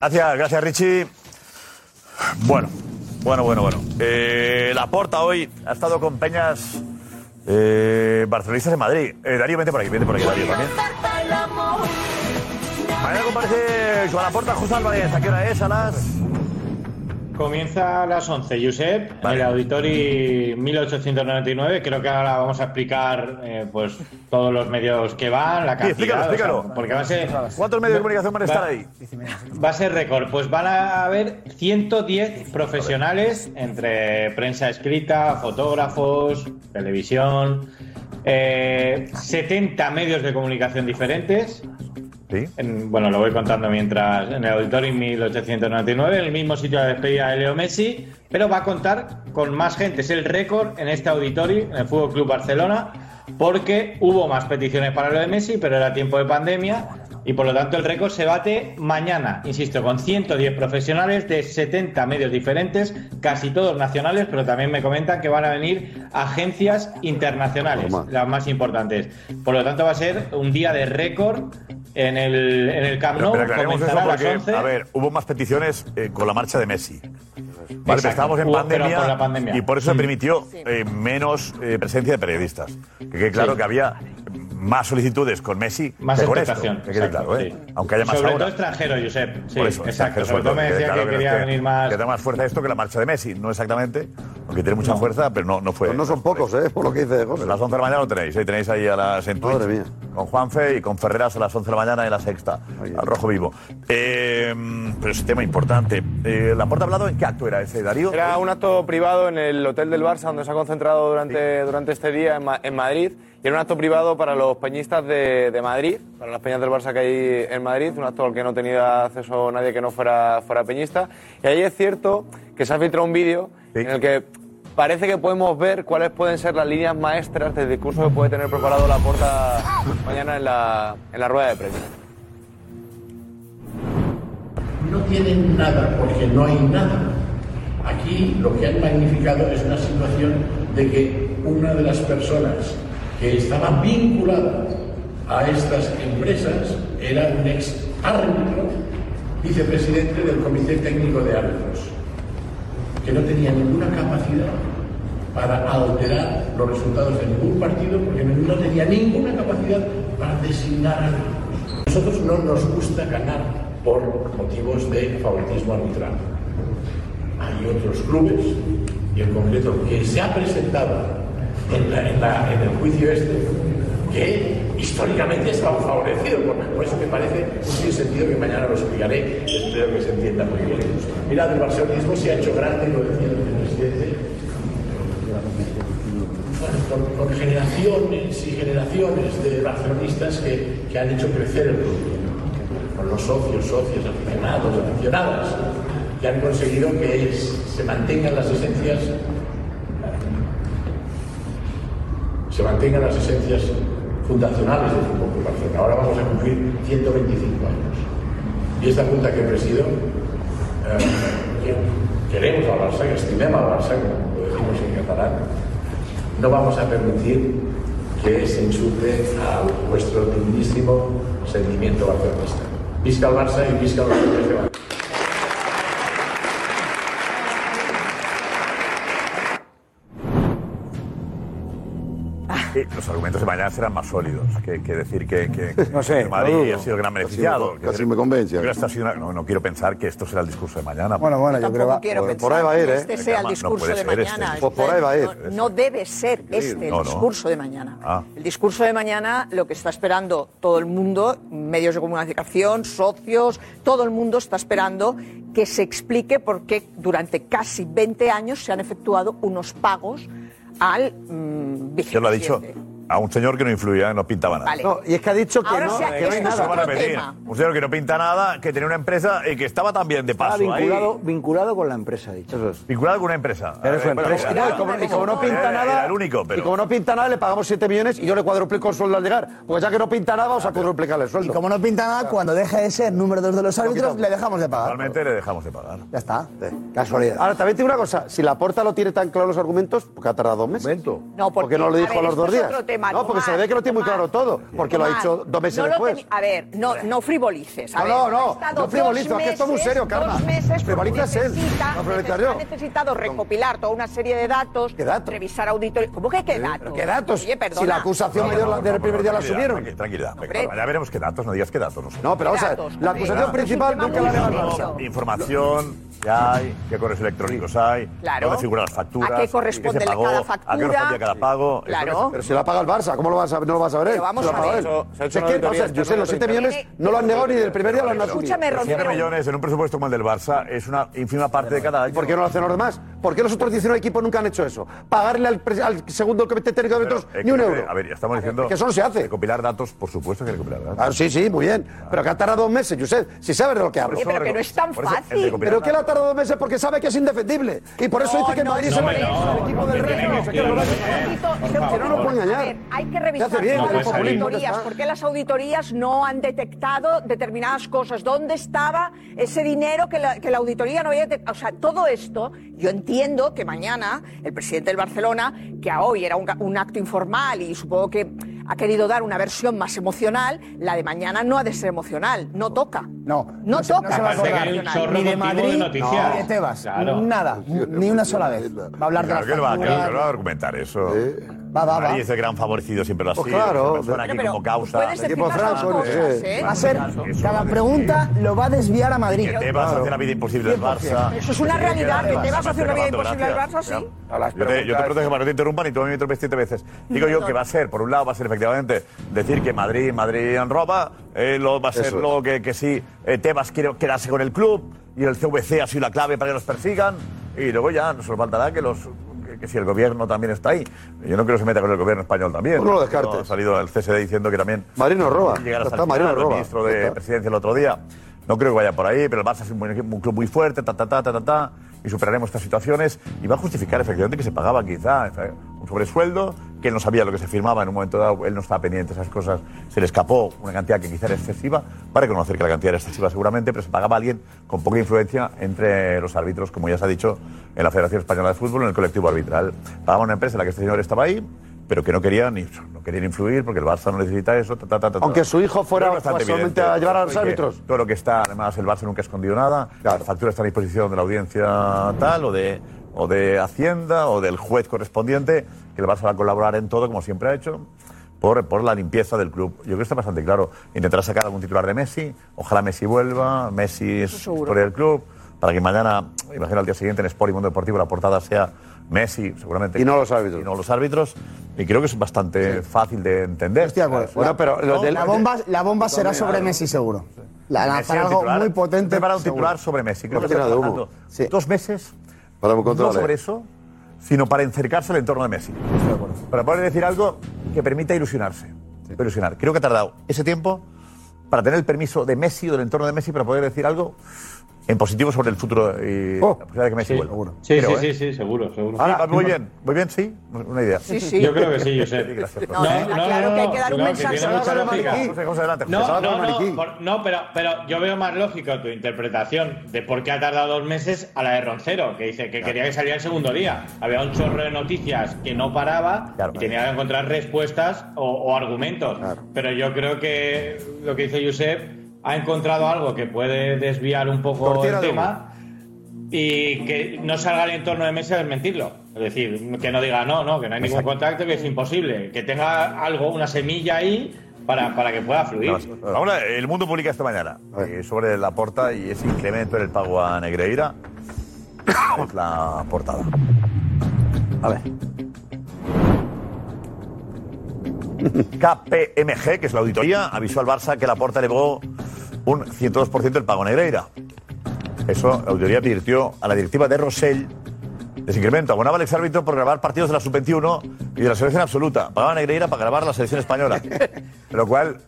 Gracias, gracias, Richie. Bueno, bueno, bueno, bueno. Eh, la porta hoy ha estado con Peñas eh, barcelonistas en Madrid. Eh, Darío, vente por aquí, vente por aquí, Darío también. Mañana comparece con la porta José Álvarez. ¿A qué hora es? A las.
Comienza a las 11, Josep, en el Auditori 1899. Creo que ahora vamos a explicar eh, pues todos los medios que van, Ah, la
Sí,
cantidad.
explícalo,
o sea,
explícalo.
porque va a ser.
¿Cuántos medios de
va-
comunicación van a estar
va-
ahí?
Va a ser récord. Pues van a haber 110 profesionales entre prensa escrita, fotógrafos, televisión, eh, 70 medios de comunicación diferentes. En- bueno, lo voy contando mientras en el auditorio 1899, en el mismo sitio de despedida de Leo Messi, pero va a contar con más gente. Es el récord en este auditorio, en el Fútbol Club Barcelona, porque hubo más peticiones para lo de Messi, pero era tiempo de pandemia y por lo tanto el récord se bate mañana, insisto, con 110 profesionales de 70 medios diferentes, casi todos nacionales, pero también me comentan que van a venir agencias internacionales, las más importantes. Por lo tanto va a ser un día de récord en el, en el Camp
Pero,
Nou.
pero aclaremos
comenzará
eso
a las
porque,
11.
a ver, hubo más peticiones eh, con la marcha de Messi. Vale, pero
Exacto.
estábamos en
Hubo-
pandemia,
pero por la pandemia.
y por eso se
Mm.
permitió eh, menos eh, presencia de periodistas. Que quede claro
Sí.
que había más solicitudes con Messi
Más
que con esto.
expectación,
Que quede
exacto,
claro, ¿eh?
sí.
Aunque haya más
Sobre
ahora.
todo extranjero, Josep. Sí,
Por eso,
exacto.
extranjero,
Sobre todo me
quede
decía
claro
que
no
quería
esté-
venir más.
Que da más fuerza esto que la marcha de Messi, no exactamente, aunque tiene mucha fuerza, pero no, no fue. Pues
Pues no son pocos, ¿eh? Por lo que dice José.
A las 11 de la mañana lo tenéis, ahí tenéis ahí a las en Twitch, Con Juanfe y con Ferreras a las 11 de la mañana en la sexta, al rojo vivo. Eh, pero es un tema importante. Eh, ¿La puerta hablado en qué acto era ese, Darío?
Era un acto privado en el hotel del Barça, donde se ha concentrado durante, durante este día en, Ma- en Madrid. Y era un acto privado para los peñistas de, de Madrid, para las peñas del Barça que hay en Madrid, un acto al que no tenía acceso nadie que no fuera, fuera peñista. Y ahí es cierto que se ha filtrado un vídeo en el que parece que podemos ver cuáles pueden ser las líneas maestras del discurso que puede tener preparado la porta mañana en la, en la rueda de prensa.
No tienen nada porque no hay nada. Aquí lo que han magnificado es una situación de que una de las personas que estaba vinculada a estas empresas era un ex árbitro, vicepresidente del Comité Técnico de Árbitros, que no tenía ninguna capacidad para alterar los resultados de ningún partido porque no tenía ninguna capacidad para designar árbitros. Nosotros no nos gusta ganar por motivos de favoritismo arbitral. Hay otros clubes, y en concreto que se ha presentado en, la- en la- en el juicio este, que históricamente estaba favorecido. Por, por eso me parece un sinsentido que mañana lo explicaré y espero que se entienda muy bien. Mirad, el barcelonismo se ha hecho grande, lo decía el presidente, por, por generaciones y generaciones de barcelonistas que, que han hecho crecer el club, con los socios, socios, aficionados, aficionadas, que han conseguido que es- se mantengan las esencias, se mantengan las esencias fundacionales del fútbol Club Barcelona. Ahora vamos a cumplir 125 años. Y esta junta que presido, eh, que- queremos al Barça, que estimemos al Barça, como lo decimos en catalán, no vamos a permitir que se insulte a vuestro dignísimo sentimiento barcelonista. Visca el Barça y visca el Barcelona. de Barcelona.
Sí, los argumentos de mañana serán más sólidos que, que decir que, que-
[laughs] No sé,
que Madrid
no dudo.
ha sido el gran
Casi
beneficiado.
me-
Quiero
casi
decir,
me convence.
creo que esto ha sido una- no, no quiero pensar que esto será el discurso de mañana.
Bueno, bueno, yo creo que va-
quiero
por-
pensar
por ahí va a ir,
que
¿eh?
este sea el
No, no
discurso
puede
de
ser este.
mañana.
Pues por ahí va a ir.
No, no debe ser este el
No, no.
discurso de mañana.
Ah.
El discurso de mañana, lo que está esperando todo el mundo, medios de comunicación, socios, todo el mundo está esperando que se explique por qué durante casi 20 años se han efectuado unos pagos al mm,
¿Quién lo ha dicho?
vicepresidente.
A un señor que no influía, que no pintaba nada.
Vale. No, y es que ha dicho que Ahora no, sea, que no hay esto es nada.
Vamos a
otro
repetir.
tema.
Un señor que no pinta nada, que tenía una empresa y que estaba también de paso.
Estaba vinculado,
ahí.
vinculado con la empresa, ha dicho.
Vinculado con una empresa.
Pero
Eh,
su
bueno,
empresa.
era-
No, y como-
Y como no pinta
era- Era
nada.
el único,
Y como
pero.
no pinta nada, le pagamos 7 millones y yo le cuadruplico el sueldo al llegar. Pues ya que no pinta nada, vamos a cuadruplicarle el sueldo.
Y como no pinta nada, cuando deje de ser número dos de los árbitros, le dejamos de pagar.
Realmente le dejamos de pagar.
Ya está.
Casualidad. Ahora, también te digo una cosa. Si la porta no tiene tan claro los argumentos, porque ha tardado dos meses.
No, porque-
no lo
a
dijo
ver,
a los
esto
dos
es
días.
otro tema,
no, porque
Tomás,
se ve que lo tiene muy claro todo. Porque lo ha
Tomás,
dicho dos meses
no lo
después.
teni- a ver, no, no frivolices. a
No,
ver,
no, no,
ha estado
no frivolizo,
dos
es que esto es muy
meses-
serio, Carla.
Dos meses
Frivoliza es él, no frivolizar yo.
Ha necesitado recopilar toda una serie de datos, revisar auditoría. ¿Cómo que qué datos?
¿Qué datos?
Oye, perdona.
Si la acusación mayor la- del primer día la
tranquilidad,
subieron.
tranqui- Tranquilidad, venga,
Hombre.
ya veremos qué datos, no digas qué datos. No, sé.
No, pero vamos a ver, la acusación principal nunca la
Información,
levanta el Barça.
Información que hay, qué correos electrónicos hay,
Claro.
dónde figuran las facturas,
¿A qué corresponde
se pagó,
cada
a qué
factura?
correspondía cada pago.
Claro.
Eso es-
Pero si la paga el Barça, ¿cómo lo vas a, no lo vas a ver? él?
Pero vamos
Si lo ha
a ver.
pagado él.
Se ha hecho- se ha hecho
Es
una
que, o sea,
auditoría,
yo
se ha
sé,
hecho
los 7
una
millones
auditoría.
no lo han negado ni del primer día lo han negado.
Escúchame, Romero.
100 millones en un presupuesto como el del Barça es una ínfima parte de cada año.
¿Por qué no lo hacen los demás? ¿Por qué los otros 19 equipos nunca han hecho eso? Pagarle al, pres- al segundo comité técnico de árbitros
Pero, eh,
ni un
creo que-
euro.
A ver, ya estamos diciendo.
es que eso no se hace.
Recopilar datos, por supuesto que recopilar datos.
Ah, sí, sí, muy bien. Pero que ha tardado dos meses, Josep. Si sabes de lo que hablo.
Oye, Eh, pero que no es tan Por eso el fácil. de combinar
Pero que él ha tardado dos meses porque sabe que es indefendible. Y por eso
No,
dice que
no,
Madrid
no,
se va
hombre,
a
no,
el equipo del rey. no sé qué, lo Si no, no puede
A
engañar.
ver, hay que
revisar
revisar
hace bien,
todas
no
las
puede salir.
auditorías, porque las auditorías no han detectado determinadas cosas. ¿Dónde estaba ese dinero que la, que la auditoría no había detectado? O sea, todo esto, yo entiendo que mañana el presidente del Barcelona, que a hoy era un, un acto informal y supongo que ha querido dar una versión más emocional, la de mañana no ha de ser emocional, no toca.
No,
no,
se-
toca.
se va a
Aparte que hay un
acordar
chorro
ni de
continuo de
Madrid
noticias.
ni de Tebas.
Claro.
Nada, ni una sola vez. Va a hablar de
Claro que
las
lo va,
facturas.
claro que lo va a argumentar eso.
Va, va, va.
Ahí es el gran favorecido, siempre lo ha sido.
Pues claro.
siempre suena aquí
Pero,
como
pero,
causa.
puedes decir más cosas,
sí.
¿eh? Va a ser, cada pregunta lo va a desviar a Madrid.
Que Tebas hace la vida imposible al Barça.
Eso es una realidad, que Tebas hace una vida
Fernando,
imposible al
gracias.
Barça, sí.
Yo te, yo te protejo para que no te interrumpan y tú a mí me interrumpes siete veces. Digo yo que va a ser, por un lado, va a ser efectivamente decir que Madrid, Madrid en roba, eh, lo, va a ser
Eso es.
lo que, que sí, eh, Tebas quiere quedarse con el club y el CVC ha sido la clave para que los persigan y luego ya nos faltará que los que, que si el gobierno también está ahí. Yo no creo que se meta con el gobierno español también.
Pues no lo descartes.
Ha salido el CSD diciendo que también...
Madrid nos roba.
Llegar hasta
Ya está,
el
Madrid
final,
nos roba.
El ministro
Ya
de
está.
presidencia el otro día. No creo que vaya por ahí, pero el Barça es un, buen equipo, un club muy fuerte, ta, ta, ta, ta, ta, ta, y superaremos estas situaciones. Y va a justificar efectivamente que se pagaba quizá eh, un sobresueldo, que él no sabía lo que se firmaba en un momento dado, él no estaba pendiente de esas cosas, se le escapó una cantidad que quizá era excesiva, para reconocer que la cantidad era excesiva seguramente, pero se pagaba a alguien con poca influencia entre los árbitros, como ya se ha dicho, en la Federación Española de Fútbol, en el colectivo arbitral. Pagaba una empresa en la que este señor estaba ahí, pero que no quería ni no querían influir porque el Barça no necesita eso. ta, ta, ta, ta, ta.
Aunque su hijo fuera
Pero es bastante
solamente
evidente,
a llevar a los
que
árbitros.
Todo lo que está, además, el Barça nunca ha escondido nada. La factura está a disposición de la audiencia tal o de, o de Hacienda o del juez correspondiente, que el Barça va a colaborar en todo, como siempre ha hecho. Por, por la limpieza del club. Yo creo que está bastante claro. Intentará sacar algún titular de Messi. Ojalá Messi vuelva. Messi es por el club. Para que mañana, imagino al día siguiente en Sport y Mundo Deportivo, la portada sea Messi, seguramente. Y no los árbitros. Y no los árbitros. Y creo que es bastante fácil de entender.
Bueno, pero lo del-
La bomba, la bomba será
También,
sobre
claro.
Messi seguro. La
Messi
lanzará
era
algo
titular.
muy potente.
Preparado un
seguro.
titular sobre Messi. Creo
Una
que está
cortina de humo.
trabajando dos meses.
controlar,
no sobre
eh.
eso, sino para encercarse al entorno de Messi. Para poder decir algo que permita ilusionarse. Ilusionar. Creo que ha tardado ese tiempo para tener el permiso de Messi o del entorno de Messi para poder decir algo en positivo sobre el futuro y Oh,
Oh.
la posibilidad de que Messi
Sí,
vuelva.
sí,
Creo,
sí,
¿eh?
sí, sí, seguro, seguro.
Ahora, muy bien, muy bien, sí, una idea.
Sí, sí. Yo creo que sí, Josep.
Gracias.
No, No, no, claro no, que hay que dar no, un claro, mensaje. que tiene mucha lógica.
José, José, adelante, José.
No, no, no, por- no, pero, pero yo veo más lógico tu interpretación de por qué ha tardado dos meses a la de Roncero, que dice que quería que saliera el segundo día. Había un chorro de noticias que no paraba y tenía que encontrar respuestas o, o argumentos. Pero yo creo que lo que dice Josep ha encontrado algo que puede desviar un poco
Cortina
el
de
tema y que no salga el entorno de Messi a desmentirlo. Es decir, que no diga no, no, que no hay ningún contacto, que es imposible. Que tenga algo, una semilla ahí para, para que pueda fluir.
Ahora, el mundo publica esta mañana eh, sobre la porta y ese incremento en el pago a Negreira. [coughs] es la portada. A ver. [laughs] KPMG, que es la auditoría, avisó al Barça que la porta elevó un 102% el pago a Negreira. Eso, la auditoría advirtió a la directiva de Rosell Desincremento. Abonaba al exárbitro por grabar partidos de la sub-21 y de la selección absoluta. Pagaba a Negreira para grabar la selección española. Lo cual. [laughs]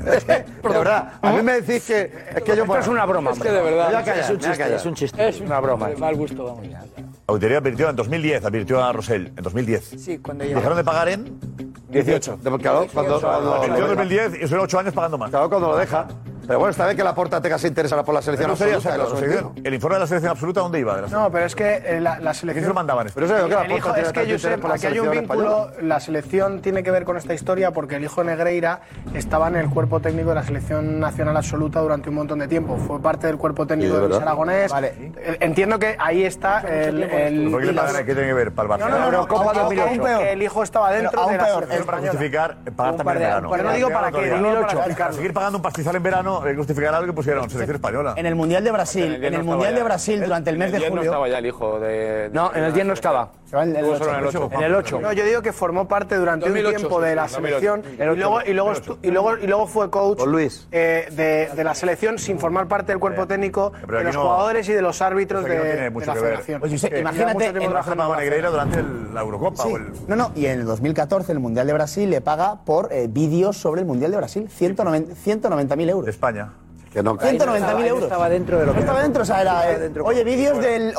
De verdad, a mí me decís que. Es que yo.
Esto es una broma,
Es
hombre.
que de verdad.
Me voy a callar, me voy a callar.
Es una broma. mal gusto, vamos ya.
La auditoría advirtió en 2010, advirtió a Rosell, en 2010.
Sí, cuando
ya-
Dejaron de pagar en.
18. De- Claro, cuando, cuando,
Advirtió en
cuando,
2010 y son 8 años pagando más.
claro, cuando lo deja. Pero bueno, esta vez que la porta tenga se interesará por la selección
Pero sería
absoluta.
sacarlo,
de la
selección. El informe de la selección absoluta, ¿dónde iba? De la
No, pero es que eh, la, la selección.
¿Quién se lo mandaban?
Pero eso es lo que la
El
porta
hijo-
tiene
es que
tanto interés
Josep,
por la
aquí hay un
selección
vínculo.
española.
La selección tiene que ver con esta historia porque el hijo Negreira estaba en el cuerpo técnico de la selección nacional absoluta durante un montón de tiempo. Fue parte del cuerpo técnico
Sí, de
de Luis
verdad.
Aragonés.
Vale.
Eh, Entiendo que ahí está el. el-
¿Por qué le pagan? ¿Qué tiene que ver para el Barça?
No, no, no, no, aún- aún peor. El hijo estaba dentro
Pero aún
de la
peor.
selección
Pero para
española.
justificar eh, pagar
Un
también
par
en
de-
verano.
pero no digo para qué,
Para,
no para
para
explicarlo.
seguir pagando un pastizal en verano, eh, justificar algo que pusieron selección española.
En el Mundial de Brasil,
el día
en
no
el
estaba
Mundial
ya.
de Brasil durante el mes de
Ayer no
julio.
estaba ya el hijo de.
No, en el 10 no estaba. Se va en el
Estuvo
8.
solo en el 8.
En el 8.
No, yo digo que formó parte durante
2008,
un tiempo de la
sí, 2008.
selección y luego, y, luego estu- y, luego, y luego fue coach eh, de, de la selección sin formar parte del cuerpo técnico
Pero
de
aquí
los
no-
jugadores y de los
Esto
árbitros
aquí
de,
no tiene
de
mucho
la
que
federación.
ver. Eh, lleva mucho tiempo trabajando con Negreira durante el- la Eurocopa o el
No, no, y en el 2014 el Mundial de Brasil le paga por eh, vídeos sobre el Mundial de Brasil 190 190.000 euros. De
España.
Que no,
190.000 euros.
Estaba dentro de lo
No estaba dentro, o sea, era. eh, oye, vídeos del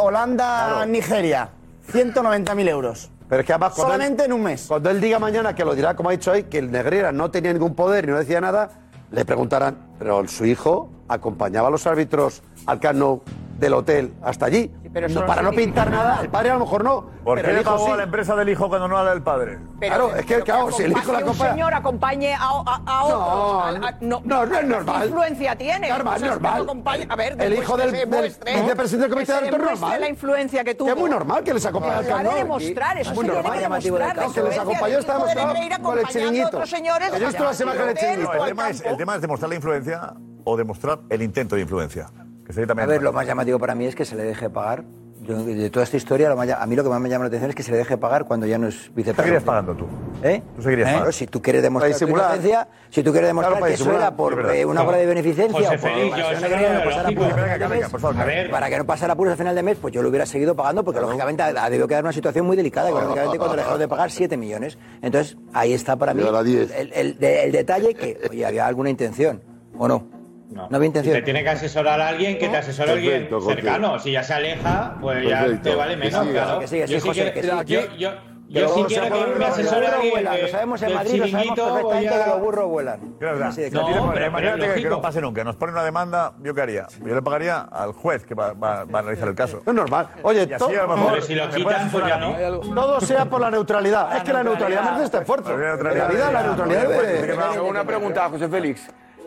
Holanda-Nigeria. 190.000 euros.
Pero es que además cuando
Solamente
él,
en un mes.
Cuando él diga mañana, que lo dirá como ha dicho hoy, que el Negreira no tenía ningún poder y no decía nada, le preguntarán, pero su hijo acompañaba a los árbitros al Camp Nou del hotel hasta allí.
Pero eso
No, para no
significa
pintar nada,
nada.
al padre a lo mejor no. pero
¿Por qué
el
le
hijo
pagó
sí.
a la empresa del hijo cuando no a la del padre?
Pero-
claro, es que,
pero
claro,
que
si el hijo la
acompañe
compra.
Un señor acompañe a, a, a otros. al- a- no, no, es normal. ¿Qué influencia tiene?
Normal,
O sea,
normal.
que acompañe- a ver,
El
demuestre-
hijo del- del
demuestre-
vicepresidente del
que
comité
se
de director,
demuestre
normal.
la influencia que tuvo.
Es muy normal que les acompañe al
Lo ha de
Camp Nou.
demostrar, eso
Es muy
se tiene
normal,
que
llamativo del
demostrar.
Camp Nou. Que les acompañó está demostrado con el chiringuito. Ellos esto lo hacen con el chiringuito.
No, el, tema es, el tema es demostrar la influencia o demostrar el intento de influencia. Que sería
A
también
ver, lo más llamativo para mí es que se le deje pagar. Yo, de toda esta historia, lo más ll- a mí lo que más me llama la atención es que se le deje pagar cuando ya no es vicepresidente.
seguirías pagando tú?
¿Eh?
Tú seguirías
Claro,
pagando.
si tú quieres demostrar
Para
tu
disimular.
inocencia, si tú quieres demostrar
Claro, para
que
pues,
eso era
disimular, es
por
verdad.
eh, una obra de beneficencia
José
o por
Félix, yo
evasión de
eso no
grano,
lo
pasar apuros
lógico.
a
Venga,
final de
venga,
mes.
por favor, que-
para que no pasara apuros a final de mes, pues yo lo hubiera seguido pagando porque lógicamente ha ha debido quedar una situación muy delicada económicamente cuando le dejó de pagar 7 millones. Entonces, ahí está para mí
Llegar a 10.
el, el- de- el detalle [laughs] que, oye, había alguna intención o no. No, había intención.
Te tiene que asesorar a alguien que te asesore a alguien
Perfecto, Jorge.
cercano. Si ya se aleja, pues ya
Perfecto.
te vale
Que
menos,
siga,
claro.
que siga, sí,
yo sí
José,
quiero-
que siga.
yo-
Aquí-
yo-
Pero
yo
vamos a
sí quiero
poner-
que me
los
asesore a
burros
alguien.
vuelan,
de-
Lo sabemos en
del
Madrid, lo sabemos
chiringuito, voy
perfectamente que
a-
los burros vuelan.
Es verdad.
Así de
No,
claro.
pero imagínate que, que no pase nunca. Nos ponen una demanda, ¿yo qué haría? Yo le pagaría al juez que va, va- va a analizar el caso. Es
normal. Oye,
y así
todo-
a lo mejor...
Pero si lo
me puede
quitan,
asesorar
pues ya
a mí.
Todo sea por la neutralidad. Es que la neutralidad merece este esfuerzo.
La
En realidad, la neutralidad es de-
Una pregunta, José Félix.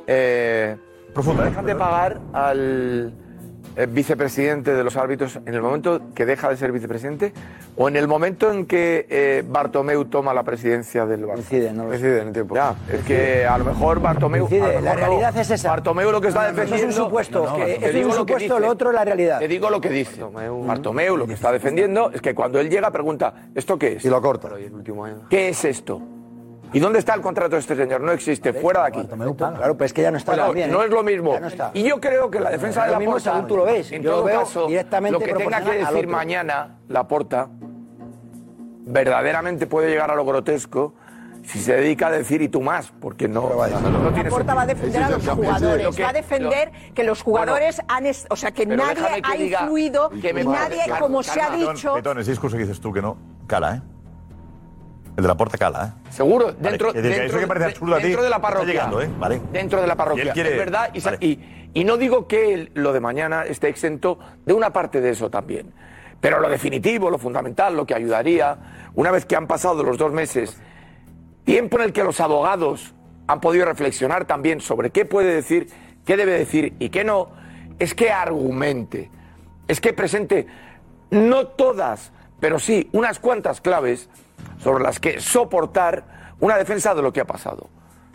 Eh, ¿Dejan de pagar al eh, vicepresidente de los árbitros en el momento que deja de ser vicepresidente o en el momento en que eh, Bartomeu toma la presidencia del Barça? Decide, no en el tiempo. Ya, es que a lo mejor Bartomeu... a lo mejor
La
no.
realidad es esa.
Bartomeu lo que
No,
está
no, no, eso
defendiendo...
es un supuesto.
No, no,
que-
Bartomeu.
eso es
Te digo
un
lo que
supuesto,
dice.
lo otro es la realidad.
Te digo lo que dice. Bartomeu lo que está defendiendo es que cuando él llega pregunta, ¿esto qué es? Y lo corta. ¿Qué es esto? ¿Y dónde está el contrato de este señor? No existe, fuera de aquí.
Claro, pero es que ya no está
Bueno,
bien,
no
¿eh?
es lo mismo.
Ya no está.
Y yo creo que la defensa
No,
de
lo
la
mismo
Porta,
según tú lo ves.
en
Yo
todo
lo veo
caso,
directamente
lo que tenga que
proporcional al
decir
otro.
mañana la Porta verdaderamente puede llegar a lo grotesco si se dedica a decir y tú más, porque no, no, no tiene
Laporta va a defender a los jugadores, va a defender que los jugadores han, es- o sea, que
Pero
nadie
déjame que
ha
diga-
influido,
que me
nadie,
parece-
como se ha
Calma,
dicho,
Petón, ese discurso que dices tú que no, cala, ¿eh? El de la puerta cala, ¿eh?
Seguro,
Vale,
dentro,
que diga,
dentro-
eso que parece
de-
absurdo a ti,
dentro de la
está
parroquia.
llegando, ¿eh? Vale.
Dentro de la
Y
parroquia.
él quiere-
Es verdad. Y, sa-
Vale.
y- y no digo que el- lo de mañana esté exento de una parte de eso también. Pero lo definitivo, lo fundamental, lo que ayudaría, una vez que han pasado los dos meses, tiempo en el que los abogados han podido reflexionar también sobre qué puede decir, qué debe decir y qué no, es que argumente, es que presente no todas, pero sí unas cuantas claves sobre las que soportar una defensa de lo que ha pasado.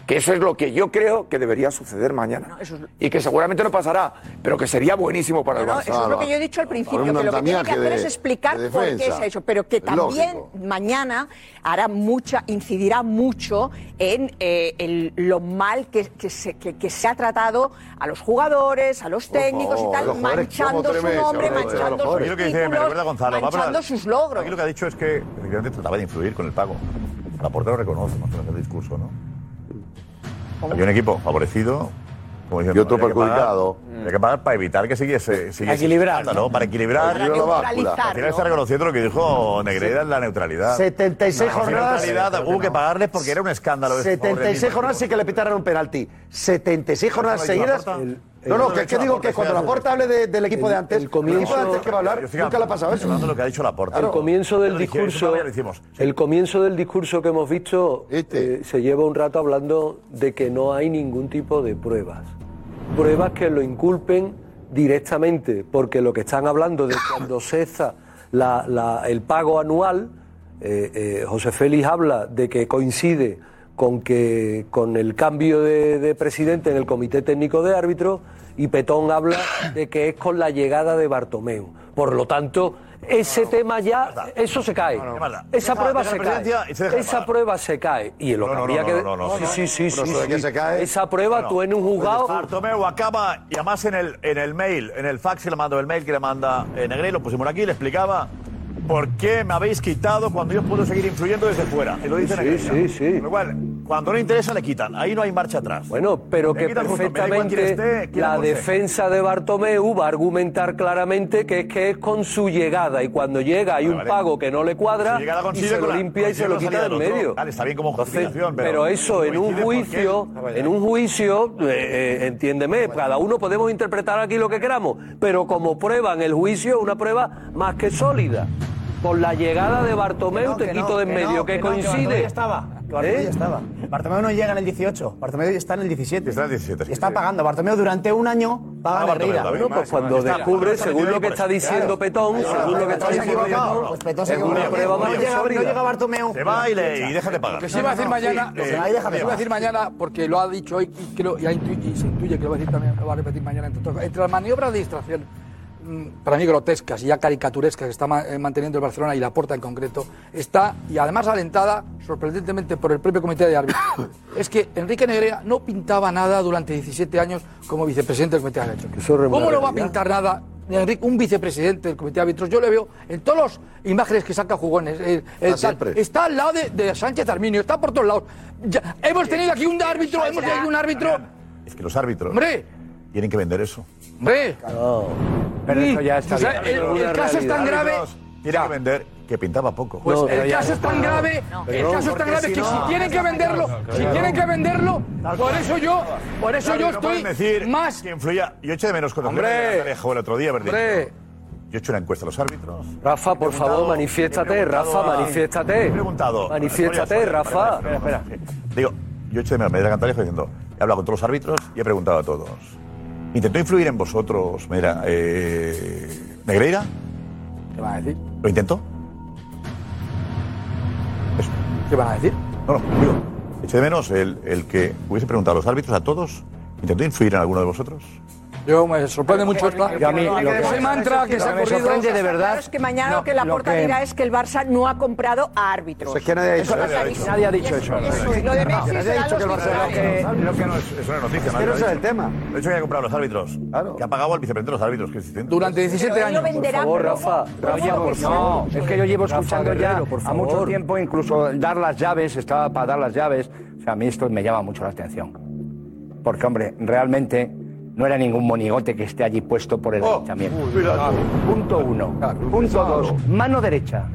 Que eso es lo que yo creo que debería suceder mañana. Y que seguramente no pasará, pero que sería buenísimo para el
No,
Barça.
eso es lo que yo he dicho al principio, que lo que tiene que hacer es explicar
de
por qué
defensa.
se ha hecho, pero que
Es
también
lógico.
mañana hará mucha, incidirá mucho en eh, el- lo mal que, que se, que- que se ha tratado a los jugadores, a los técnicos
favor,
y
los
tal,
jugadores,
manchando
¿cómo
su
atreves a
nombre,
hablar de
manchando
los
sus
jugadores? Yo lo que dice, me
títulos,
recuerda a Gonzalo, vamos a-
manchando sus logros.
Aquí lo que ha dicho es que efectivamente trataba de influir con el pago. La portero lo reconoce más o menos el discurso, ¿no? Había un equipo favorecido. Como
Y
diciendo,
otro
había que pagar- Mm.
perjudicado.
Había que pagar para etar que siguiese. siguiese
equilibrar,
escándalo,
¿no?
Para equilibrar.
Para neutralizarlo.
Al final está reconociendo lo que dijo Negreda en la neutralidad.
76
No,
jornadas.
La neutralidad hubo uh, que pagarles porque era un escándalo. esto,
76
horrible.
jornadas sí que le pitaron un penalti. 76 jornadas
¿Eso lo ha dicho
seguidas.
Laporta? El-
No,
el-
no, que es que
Laporta,
digo
sí,
que cuando
sí.
la porta hable de- del equipo de antes,
el
el equipo de antes que va a hablar,
Yo estoy
nunca le ha pasado eso.
hablando de lo que ha dicho Laporta.
El comienzo del
Yo lo dije, eso
discurso,
todavía lo hicimos.
el comienzo del discurso que hemos visto
Este.
eh, se lleva un rato hablando de que no hay ningún tipo de pruebas, pruebas que lo inculpen directamente, porque lo que están hablando de cuando cesa la- la- el pago anual, eh, eh, José Félix habla de que coincide con que con el cambio de, de presidente en el comité técnico de árbitros y Petón habla de que es con la llegada de Bartomeu. Por lo tanto, ese tema ya, eso se cae. Esa
Deja-
prueba
deja
se
la
cae.
presidencia y se deja de
Esa prueba se cae. Y lo
No,
que
no,
habría
no,
que.
no, no, no,
sí,
no.
sí, sí,
Pero
sí,
eso de
sí.
que se cae-
Esa prueba,
No, no.
tú en un jugado.
Bartomeu acaba, y además en el, en el mail, en el fax que le mandó el mail que le manda eh, Negre, lo pusimos aquí, le explicaba por qué me habéis quitado cuando yo puedo seguir influyendo desde fuera. Y lo dice
Sí,
Negreira.
sí, sí.
Con lo cual, Cuando no le interesa, le quitan. Ahí no hay marcha atrás.
Bueno, pero
Le
que
quitan justo, me da igual quién
perfectamente
esté, quién
la
aporte.
defensa de Bartomeu va a argumentar claramente que es que es con su llegada y cuando llega hay un
vale.
pago que no le cuadra
Su llegada
y
coincide
se
con
lo
la-
limpia y
coincide
se lo
con la
quita
salida
del
del otro.
medio.
Vale, está bien como
Entonces,
justificación, pero-
pero eso en un
coincide porque-
juicio, en un juicio, eh, eh, entiéndeme, cada uno podemos interpretar aquí lo que queramos, pero como prueba en el juicio es una prueba más que sólida. Con la llegada de Bartomeu te quito de en medio, que, coincide. ¿Eh?
ya estaba. que Bartomeu ya estaba. Bartomeu no llega en el 18. Bartomeu ya está en el 17. Está en el 17. Y está pagando. Bartomeu durante un año paga
Ah,
la
Bartomeu,
herrera.
David, Bueno, pues más, cuando más. descubre, Está, según lo que está diciendo Petón, según lo que está diciendo Petón,
Petón, pues Petón se
es una
equivocó.
prueba
No
más
llega-
sólida.
No llega Bartomeu.
Se va y, le, y deja de pagar.
Lo que sí iba a decir mañana, lo
eh,
que sí iba a decir mañana, porque lo ha dicho hoy y, creo, y, ha intu- y se intuye que lo va a decir también, lo va a repetir mañana entre otras cosas. Entre las maniobras de distracción, mm, para mí grotescas y ya caricaturescas que está ma- eh, manteniendo el Barcelona y la Porta en concreto, está, y además alentada sorprendentemente por el propio comité de [laughs] árbitros, es que Enrique Negrea no pintaba nada durante 17 años como vicepresidente del comité de árbitros.
Eso es
¿Cómo no va a
remunerabilidad.
pintar nada Enrique, un vicepresidente del comité de árbitros? Yo le veo en todas las imágenes que saca jugones. eh,
Ah,
eh, tal.
siempre.
está al lado de, de Sánchez Arminio, está por todos lados. Ya, hemos tenido aquí un árbitro, hemos tenido aquí un árbitro.
Es que los árbitros
Hombre.
tienen que vender eso.
Hombre.
Pero
eso ya está O sea, bien. el- el caso es tan grave-
Tiene que vender que pintaba poco.
Pues el caso es tan grave, el caso es tan grave que si tienen que venderlo, si tienen que venderlo, por eso yo, por eso yo estoy
más que influía. Yo eché de menos cuando
Hombre.
Fernando Alejo el otro día, haber dicho,
Hombre.
Yo he hecho una encuesta a los árbitros.
Rafa, por favor,
he
manifiéstate,
preguntado
Rafa,
a-
manifiéstate.
he preguntado.
Manifiéstate,
Oye, oye,
Rafa.
espera, espera, espera. Digo, yo he hecho de menos Medina Cantalejo diciendo, he hablado con todos los árbitros y he preguntado a todos. ¿Intentó influir en vosotros, mira, eh, Negreira?
¿Qué van a decir?
¿Lo intentó?
¿Qué van a decir?
No, no, digo, eché de menos el, el que hubiese preguntado a los árbitros, a todos, ¿intentó influir en alguno de vosotros?
Yo me sorprende mucho esta,
Y a mí lo que-
ese mantra que se ha corrido.
Claro, es que mañana lo que la porta dirá es que el Barça no ha comprado a árbitros.
Es que nadie ha dicho
Eso
eso.
está clarísimo.
Nadie ha dicho
Eso,
eso.
eso es. Lo de Messi
Nadie ha
será
dicho que el
los
Barcelona-
titulares.
Lo que no es, es una noticia.
Es que no es el
tema. Lo hecho que haya comprado a los árbitros. Que ha pagado al vicepresidente de los árbitros. Que existente.
Durante
17
Pero él lo
años.
venderá, Por favor, pero Rafa,
Rafa, por favor.
es que yo llevo
Rafa
escuchando ya
Guerrero, por
a mucho
favor.
tiempo, incluso dar las llaves, estaba para dar las llaves. O sea, a mí esto me llama mucho la atención. Porque, hombre, realmente no era ningún monigote que esté allí puesto por
Oh,
el linchamiento. Punto uno. Punto dos. Mano derecha.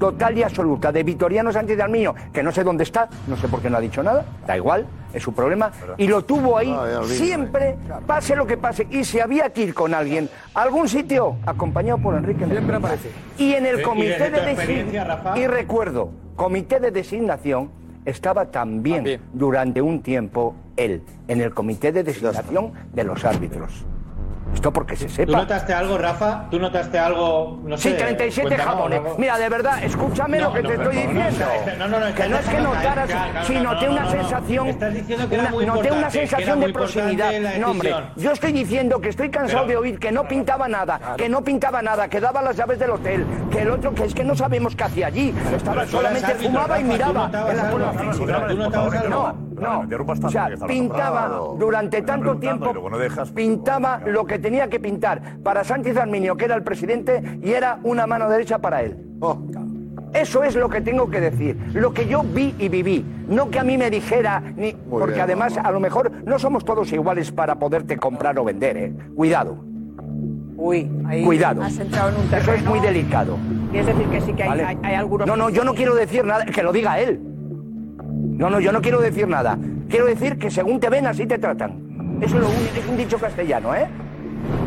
Total y absoluta de Vitoriano Sánchez de Armiño, que no sé dónde está, no sé por qué no ha dicho nada, da igual, es su problema, y lo tuvo ahí
Ah, ya lo vi,
siempre, pase lo que pase, y si había que ir con alguien a algún sitio, acompañado por Enrique. Siempre aparece. Y en
Sí,
el
y
comité
desde tu
de
experiencia, Rafa.
designación, y recuerdo, comité de designación, estaba también, durante un tiempo él, en el comité de designación de los árbitros. Esto porque se
¿Tú
sepa.
notaste algo, Rafa? ¿Tú notaste algo? No sé,
Sí, 37
cuéntanos,
jamones.
Rafa.
Mira, de verdad, escúchame
No,
lo que
no,
te
pero no,
estoy
no,
diciendo.
no, no, no, no,
que no es que
no,
notaras,
claro, claro,
si
no,
noté
no,
una
no, no.
sensación.
Estás diciendo que era
una-
muy
Noté una
importante, que era
sensación
muy
de
importante
proximidad.
la
No, hombre,
decisión.
yo estoy diciendo que estoy cansado
Pero-
de oír que no pintaba nada, que no pintaba nada, que daba las llaves del hotel, que el otro, que es que no sabemos qué hacía allí. Estaba
pero tú eras
solamente
árbitro,
fumaba y
Rafa, tú
miraba.
notabas
en la
algo.
zona
Carlos,
ofensiva.
tú notabas
No,
algo.
No,
Me interrumpas
no. O
tanto
sea,
que estaba
pintaba
preparado.
durante
Estaba
tanto
preguntando y
tiempo,
luego no dejas.
pintaba lo que tenía que pintar para Sánchez Arminio, que era el presidente, y era una mano derecha para él.
Oh.
Eso es lo que tengo que decir, lo que yo vi y viví, no que a mí me dijera, ni, porque
bien,
además a lo mejor no somos todos iguales para poderte comprar o vender, ¿eh? Cuidado.
Uy, ahí
Cuidado.
has entrado en un
Eso es
terreno.
muy delicado.
Quieres decir que sí que hay,
¿vale?
hay- hay algunos.
No, no, yo no quiero decir nada, que lo diga él. No, no, yo no quiero decir nada. Quiero decir que según te ven, así te tratan. Es, lo, un- es un dicho castellano, ¿eh?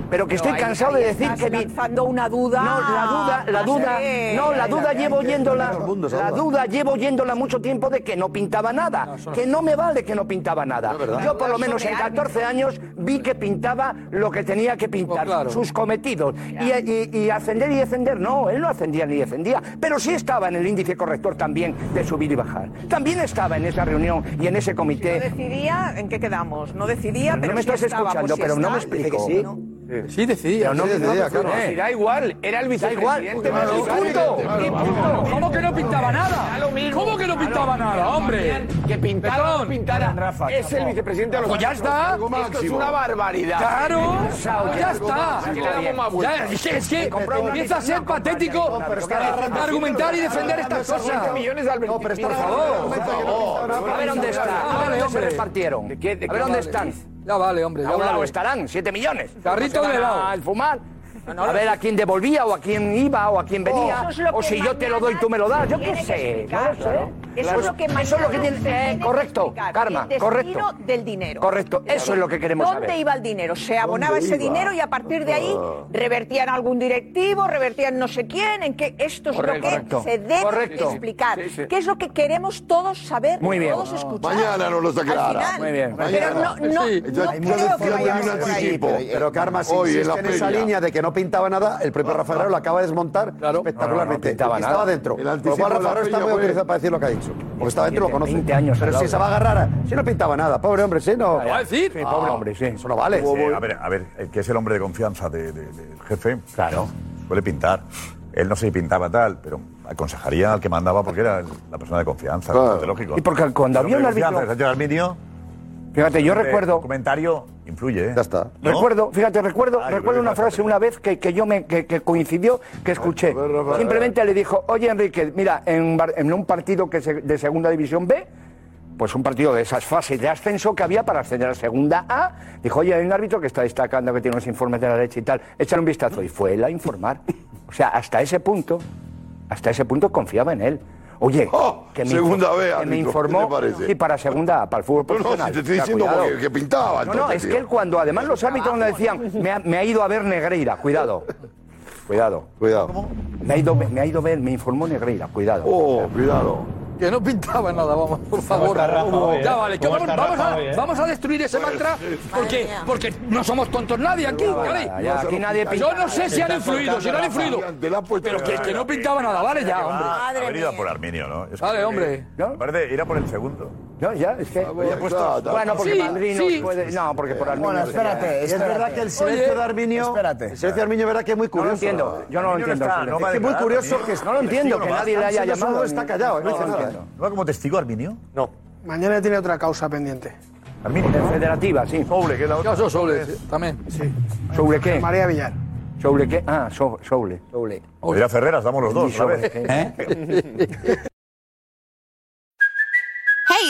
Pero que estoy
ahí-
cansado
ahí
de decir
estás
que... vi-
lanzando una duda.
No, la duda, la duda,
Sí.
no, la duda llevo oyéndola,
mundo, esa
la
duda.
duda llevo oyéndola mucho tiempo de que no pintaba nada, que no me vale que no pintaba nada.
verdad.
Yo por lo menos
Sobre
en 14 años vi que pintaba lo que tenía que pintar, sus cometidos. Y, y- y ascender y descender, no, él no ascendía ni descendía, pero sí estaba en el índice corrector también de subir y bajar. También estaba en esa reunión y en ese
No
comité.
decidía, ¿en qué quedamos? No decidía,
No
pero
me
sí
estás
estaba, pues
escuchando,
sí
pero no
está.
me explico.
No. Pues
Sí, decidía.
Pero no
Sí,
decidía, claro.
eh.
Sí,
Da igual, era el
vicepresidente del
punto. Y punto. ¿Cómo que no pintaba nada?
Da lo mismo.
¿Cómo que no pintaba nada, hombre?
Que pintara o no pintara. es el vicepresidente de los
Pues ya está.
Esto es una barbaridad.
Claro.
Cansado,
Ya
algo
está.
máximo. Aquí le damos más vueltas.
Ya, es que, es que
Se compró una
empieza a ser
campaña,
patético
pero está arrancando
argumentar y
haciendo
defender estas
arrancando
cosas.
50 millones de Albertín.
No, pero está-
Mira,
por favor.
momento que no pintaba nada.
A ver dónde está. A ver dónde se
repartieron.
de
a
qué
ver dónde
vale?
están.
Ya vale, hombre.
A
ya
un lado
vale.
estarán, 7 millones.
Carrito
No se
de
van
helado.
Al fumar. A ver a quién devolvía o a quién iba o a quién venía.
Oh, Eso es lo
o
que
si yo te lo doy, tú me lo das. Yo qué
tiene que
sé. No
explicar,
lo
pues,
sé.
¿eh?
¿no? Eso es lo que
Eso es lo que
mañana
tiene.
se tiene
eh,
que
correcto,
explicar,
Karma,
el
correcto.
destino
del dinero.
Correcto, eso es lo que queremos
¿Dónde
saber.
iba el dinero? Se abonaba
¿Dónde
ese
iba? Ah.
dinero y a partir de ahí revertían a algún directivo, revertían no sé quién, en qué esto es lo que
Correcto. Correcto.
se debe
Correcto.
explicar.
Sí, sí.
¿Qué es lo que queremos todos saber,
Muy bien.
todos escuchar?
Mañana nos lo aclara.
Al final.
Muy bien.
Pero no, no,
Sí.
no
Yo-
creo que
yo-
vaya
yo-
a
yo-
ser ahí.
anticipo.
eh,
Pero Karma, si
Hoy en
insiste
la
en, esa
previa.
línea de que no pintaba nada, el propio Rafa Herrero lo acaba de desmontar espectacularmente.
No, no, no pintaba
Porque estaba
nada.
dentro.
El
Con lo
anticipo
cual
de la
Rafa Herrero está
previa
muy
fue-
autorizado para decir lo que ha dicho. Porque estaba dentro, lo conoce.
20 años al
Pero si
lado.
se va a agarrar, si no pintaba nada. Pobre hombre, sí, no.
va a decir?
Sí, pobre
Ah.
hombre, sí. Eso no vale.
Sí, a ver, a ver, el que es el hombre de confianza de- de- del jefe. Claro. Suele pintar. Él no se pintaba tal, pero aconsejaría al que mandaba porque era el- la persona de confianza.
Claro.
es lógico.
Y porque cuando había
El hombre
un
de
árbitro-
confianza, el árbitro-
Fíjate, yo
el
recuerdo-
comentario influye, ¿eh? Ya está.
Recuerdo, fíjate, recuerdo, recuerdo una
está
frase una vez que, que yo me que, que coincidió, que escuché. Simplemente le dijo, oye Enrique, mira, en, Bar- en un partido que se- de segunda división B, pues un partido de esas fases de ascenso que había para ascender a segunda A, dijo, oye, hay un árbitro que está destacando que tiene unos informes de la leche y tal, échale un vistazo. Y fue él a informar. O sea, hasta ese punto, hasta ese punto confiaba en él. Oye, que me,
¡Oh! Segunda
infor-
B,
que me
árbitro,
informó
¿qué te parece?
y para segunda A, para el
No,
fútbol
no,
profesional.
si te estoy
O sea,
diciendo
cuidado.
porque- que pintaba,
No, no,
entonces,
es
tío.
que él cuando, además los árbitros le decían, me ha, me ha ido a ver Negreira, cuidado. Cuidado.
Cuidado.
Me ha ido, me ha ido a ver, me informó Negreira, cuidado.
Oh, cuidado.
Que no pintaba nada, vamos, por favor.
está Rafa hoy, eh?
ya vale, que
¿Cómo
vamos,
está
vamos
Rafa
a,
hoy, eh?
vamos a destruir ese
Pues,
mantra
sí.
porque, porque no somos tontos nadie aquí,
Ya,
¿vale?
ya, ya, aquí nadie pinta
Yo no sé si han
nada.
influido, si no han
Rafa.
influido. Pero que, que no pintaba nada, vale ya, hombre.
Ha venido a por Arminio, ¿no? Es
Vale,
que-
hombre.
Me parece ir a por el segundo.
No, ya, es que.
ya puesto-
bueno, porque
Sí,
Madrid no
sí.
puede. No, porque por Arminio.
Bueno, espérate,
sería-
Y es verdad que el silencio de Arminio. El
este?
silencio de Arminio, es verdad que es muy
No lo
curioso.
entiendo, yo no lo
Arminio
entiendo,
está,
Felipe.
no va a
Es que muy
declarar,
curioso
Arminio.
que- no lo entiendo,
Testigo
que
nomás.
nadie le haya
Anselmo Sordo
llamado,
está
ni-
callado, no
No,
dice
no
nada.
entiendo.
¿No va como testigo Arminio?
No.
Mañana tiene otra causa pendiente.
Federativa, sí.
Soule, que es la
otra.
Yo Soule, sí, también.
Sí. ¿Soule qué?
María Villar.
¿Soule qué? Ah, so- Soule. Soule.
Mira Ferreras, damos los dos, ¿sabes?
[laughs]
Hey,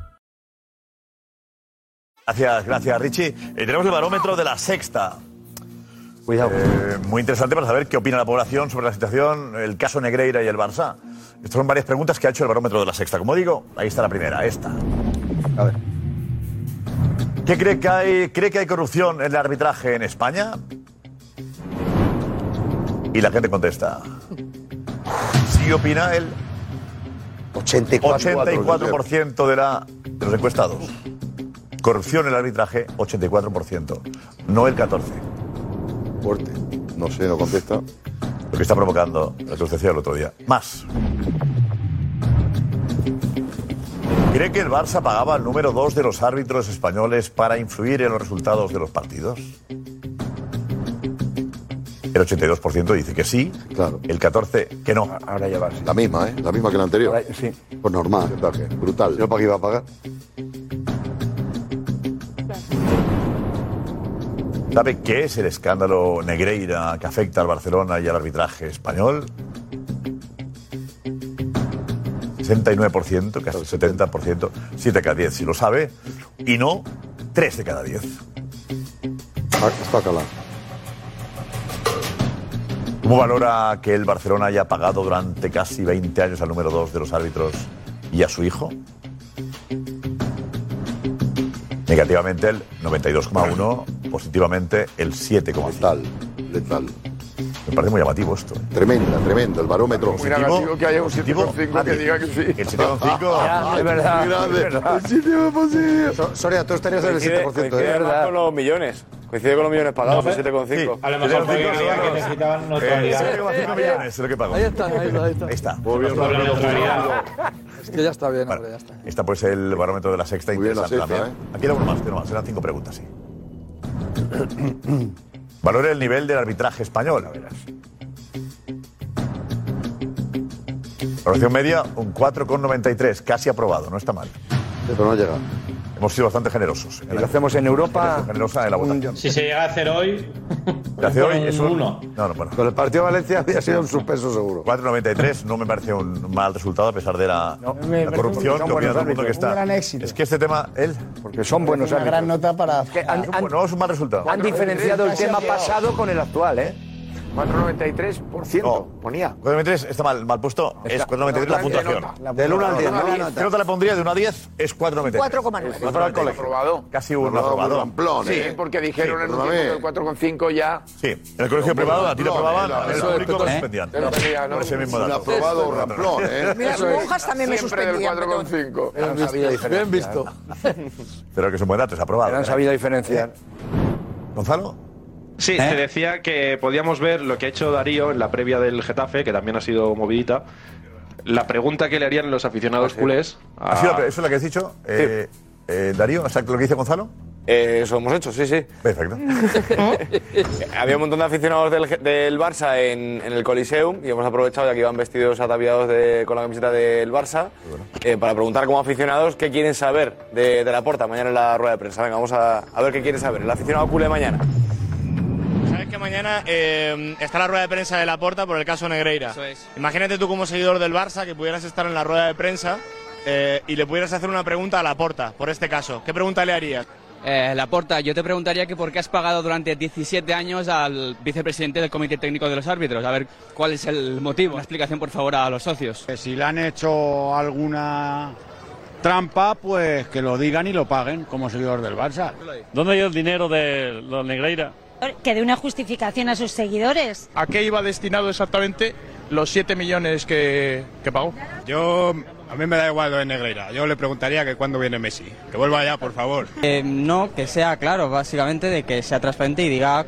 Gracias, gracias, Richie. Eh, tenemos el barómetro de la sexta. Eh,
Cuidado.
muy interesante para saber qué opina la población sobre la situación, el caso Negreira y el Barça. Estas son varias preguntas que ha hecho el barómetro de la sexta. Como digo, ahí está la primera, esta.
A ver.
¿Qué cree que hay, cree que hay corrupción en el arbitraje en España? Y la gente contesta. Sí opina el
84.
84% de, la, de los encuestados. Corrupción en el arbitraje, 84%. No el 14%.
Fuerte. No sé, no contesta.
Lo que está provocando la sucedencia del otro día. Más. ¿Cree que el Barça pagaba al número 2 de los árbitros españoles para influir en los resultados de los partidos? El 82% dice que sí. Claro. El 14% que no.
Ahora ya Barça.
La misma, ¿eh? La misma que la anterior.
sí.
Pues normal. Brutal. ¿No para qué iba a pagar?
¿Sabe qué es el escándalo Negreira que afecta al Barcelona y al arbitraje español? 69%, casi 70%, 7 de cada 10 si lo sabe, y no 3 de cada 10.
Ah,
Está calado.
¿Cómo valora que el Barcelona haya pagado durante casi 20 años al número 2 de los árbitros y a su hijo? Negativamente el 92,1, positivamente el 7,5. Letal, letal. Me parece muy llamativo esto. ¿eh?
Tremenda, tremendo. El barómetro.
Muy negativo que haya un 7,5 que diga que sí. Ah, El [laughs]
Ah,
7,5.
Es verdad.
So- Soria, tú estarías
en el 7%, ¿eh?
verdad. con los millones. Coincide con los millones pagados,
No,
el 7,5.
sí. A lo mejor porque creían que necesitaban neutralidad.
millones
es lo que pago.
Ahí está, ahí está, ahí está.
Ahí está.
Sobre la neutralidad. Es que ya está bien, hombre, ya está.
Esta pues el barómetro de la sexta ¿eh?
bien la
interesante
sexta,
también. Aquí era uno más, tiene uno más, eran cinco preguntas, sí. [clears throat] Valora el nivel del arbitraje español. Valoración media, un 4,93, casi aprobado, no está mal.
Pero no llega.
Hemos sido bastante generosos.
lo hacemos en Europa,
Generosa en la votación.
Si se llega a hacer hoy,
Gracias hoy
un
es un
uno.
No, no, Con el partido Valencia había sido un suspenso seguro. 4.93 no me parece un mal resultado a pesar de la, la
Me parece
corrupción
que
que
son buenos
opina todo el mundo que
árbitros.
está.
Un gran éxito.
Es que este tema, él. Porque son
Una gran nota para. Ah,
no es un mal resultado.
Han diferenciado el tema pasado con el actual, ¿eh?
4,93%.
Oh,
ponía. 4,93 está mal, mal puesto. Es 4,93 la
¿Qué nota?
puntuación.
La Del uno al diez,
¿no?
¿no?
¿Qué nota le pondría de 1 a 10? Es 4,93.
4,9.
No para el colegio.
Aprobado.
Casi un
Aprobado,
aprobado.
muy ramplón,
Sí.
¿eh? Porque dijeron
Sí,
en un
perdóname.
tiempo del 4,5 ya.
Sí, en el colegio privado a ti lo
ramplón,
aprobaban,
eh, la
en el
verdad.
público lo
¿Eh?
suspendían.
Yo no tenía, ¿no?
Por ese mismo
Un
dato.
aprobado o ramplón, ¿eh? Mira,
Eso es.
Monjas también me Siempre del suspendían, pero- 4,5.
Bien
No Ah, sabía
visto,
diferenciar.
Bien visto. Pero que es un buen dato, es aprobado. ¿eh?
Pero han sabido diferenciar.
Gonzalo.
Sí,
¿Eh?
se decía que podíamos ver lo que ha hecho Darío en la previa del Getafe, que también ha sido movidita. La pregunta que le harían los
Ah,
aficionados culés. a-
Ha
Ah.
sido la- ¿Eso es lo que has dicho? Eh, eh, Darío, exacto lo que dice Gonzalo.
eso hemos hecho, sí, sí.
Perfecto.
[laughs] Había un montón de aficionados del, Ge- del Barça en, en el Coliseum y hemos aprovechado, ya que iban vestidos ataviados de- con la camiseta del Barça, eh, para preguntar como aficionados qué quieren saber de, de la porta mañana en la rueda de prensa. Venga, vamos a, a ver qué quieren saber. El aficionado culé mañana.
Sabes que mañana eh, está la rueda de prensa de Laporta por el caso Negreira. Imagínate tú como seguidor del Barça que pudieras estar en la rueda de prensa eh, y le pudieras hacer una pregunta a Laporta por este caso. ¿Qué pregunta le harías?
Eh, Laporta, yo te preguntaría que por qué has pagado durante 17 años al vicepresidente del Comité Técnico de los Árbitros. A ver, ¿cuál es el motivo? Una explicación, por favor, a los socios.
Si le han hecho alguna trampa, pues que lo digan y lo paguen como seguidor del Barça.
¿Dónde ha ido el dinero de los Negreira?
Que dé una justificación a sus seguidores.
¿A qué iba destinado exactamente los 7 millones que, que pagó? Yo, a mí me da igual lo de Negreira. Yo le preguntaría que cuándo viene Messi. Que vuelva ya, por favor.
Eh, no, que sea claro, básicamente, de que sea transparente y diga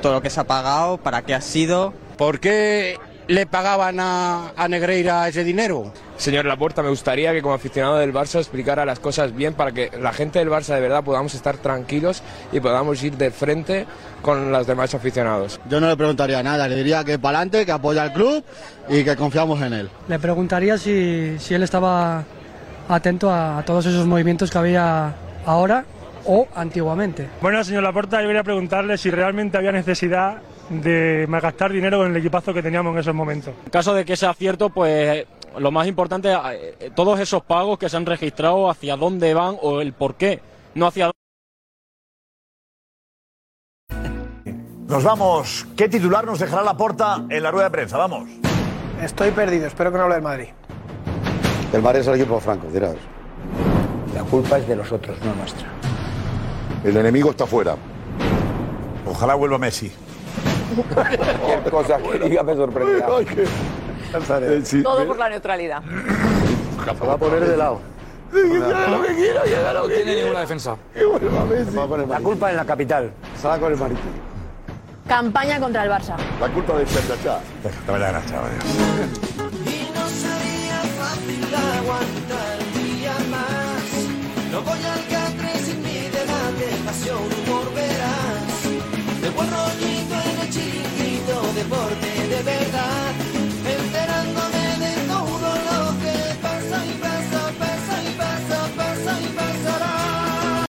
todo lo que se ha pagado, para qué ha sido.
¿Por qué le pagaban a, a Negreira ese dinero?
Señor Laporta, me gustaría que como aficionado del Barça explicara las cosas bien para que la gente del Barça de verdad podamos estar tranquilos y podamos ir de frente con los demás aficionados.
Yo no le preguntaría nada, le diría que para adelante, que apoya al club y que confiamos en él.
Le preguntaría si, si él estaba atento a, a todos esos movimientos que había ahora o antiguamente.
Bueno, señor Laporta, yo quería preguntarle si realmente había necesidad de gastar dinero con el equipazo que teníamos en esos momentos.
En caso de que sea cierto, pues lo más importante, eh, todos esos pagos que se han registrado, hacia dónde van o el por qué, no hacia
Nos vamos. ¿Qué titular nos dejará la porta en la rueda de prensa? Vamos.
Estoy perdido, espero que no hable del Madrid.
El Barça es el equipo franco, dirás.
La culpa es de los otros, no nuestra.
El enemigo está fuera.
Ojalá vuelva Messi.
Cualquier cosa que diga me sorprenderá.
Todo por la neutralidad.
Se va a poner de lado.
lo que quiero, yo haga lo que
Tiene ninguna defensa.
La culpa en la capital. Estaba con el marítimo.
Campaña contra el Barça.
La culpa de Chachachá.
Dame la gracia, vale.
Y no sería fácil aguantar un día más. No voy al catre sin mi debate, pasión, humor verás. De buen rollito en el chiringuito, deporte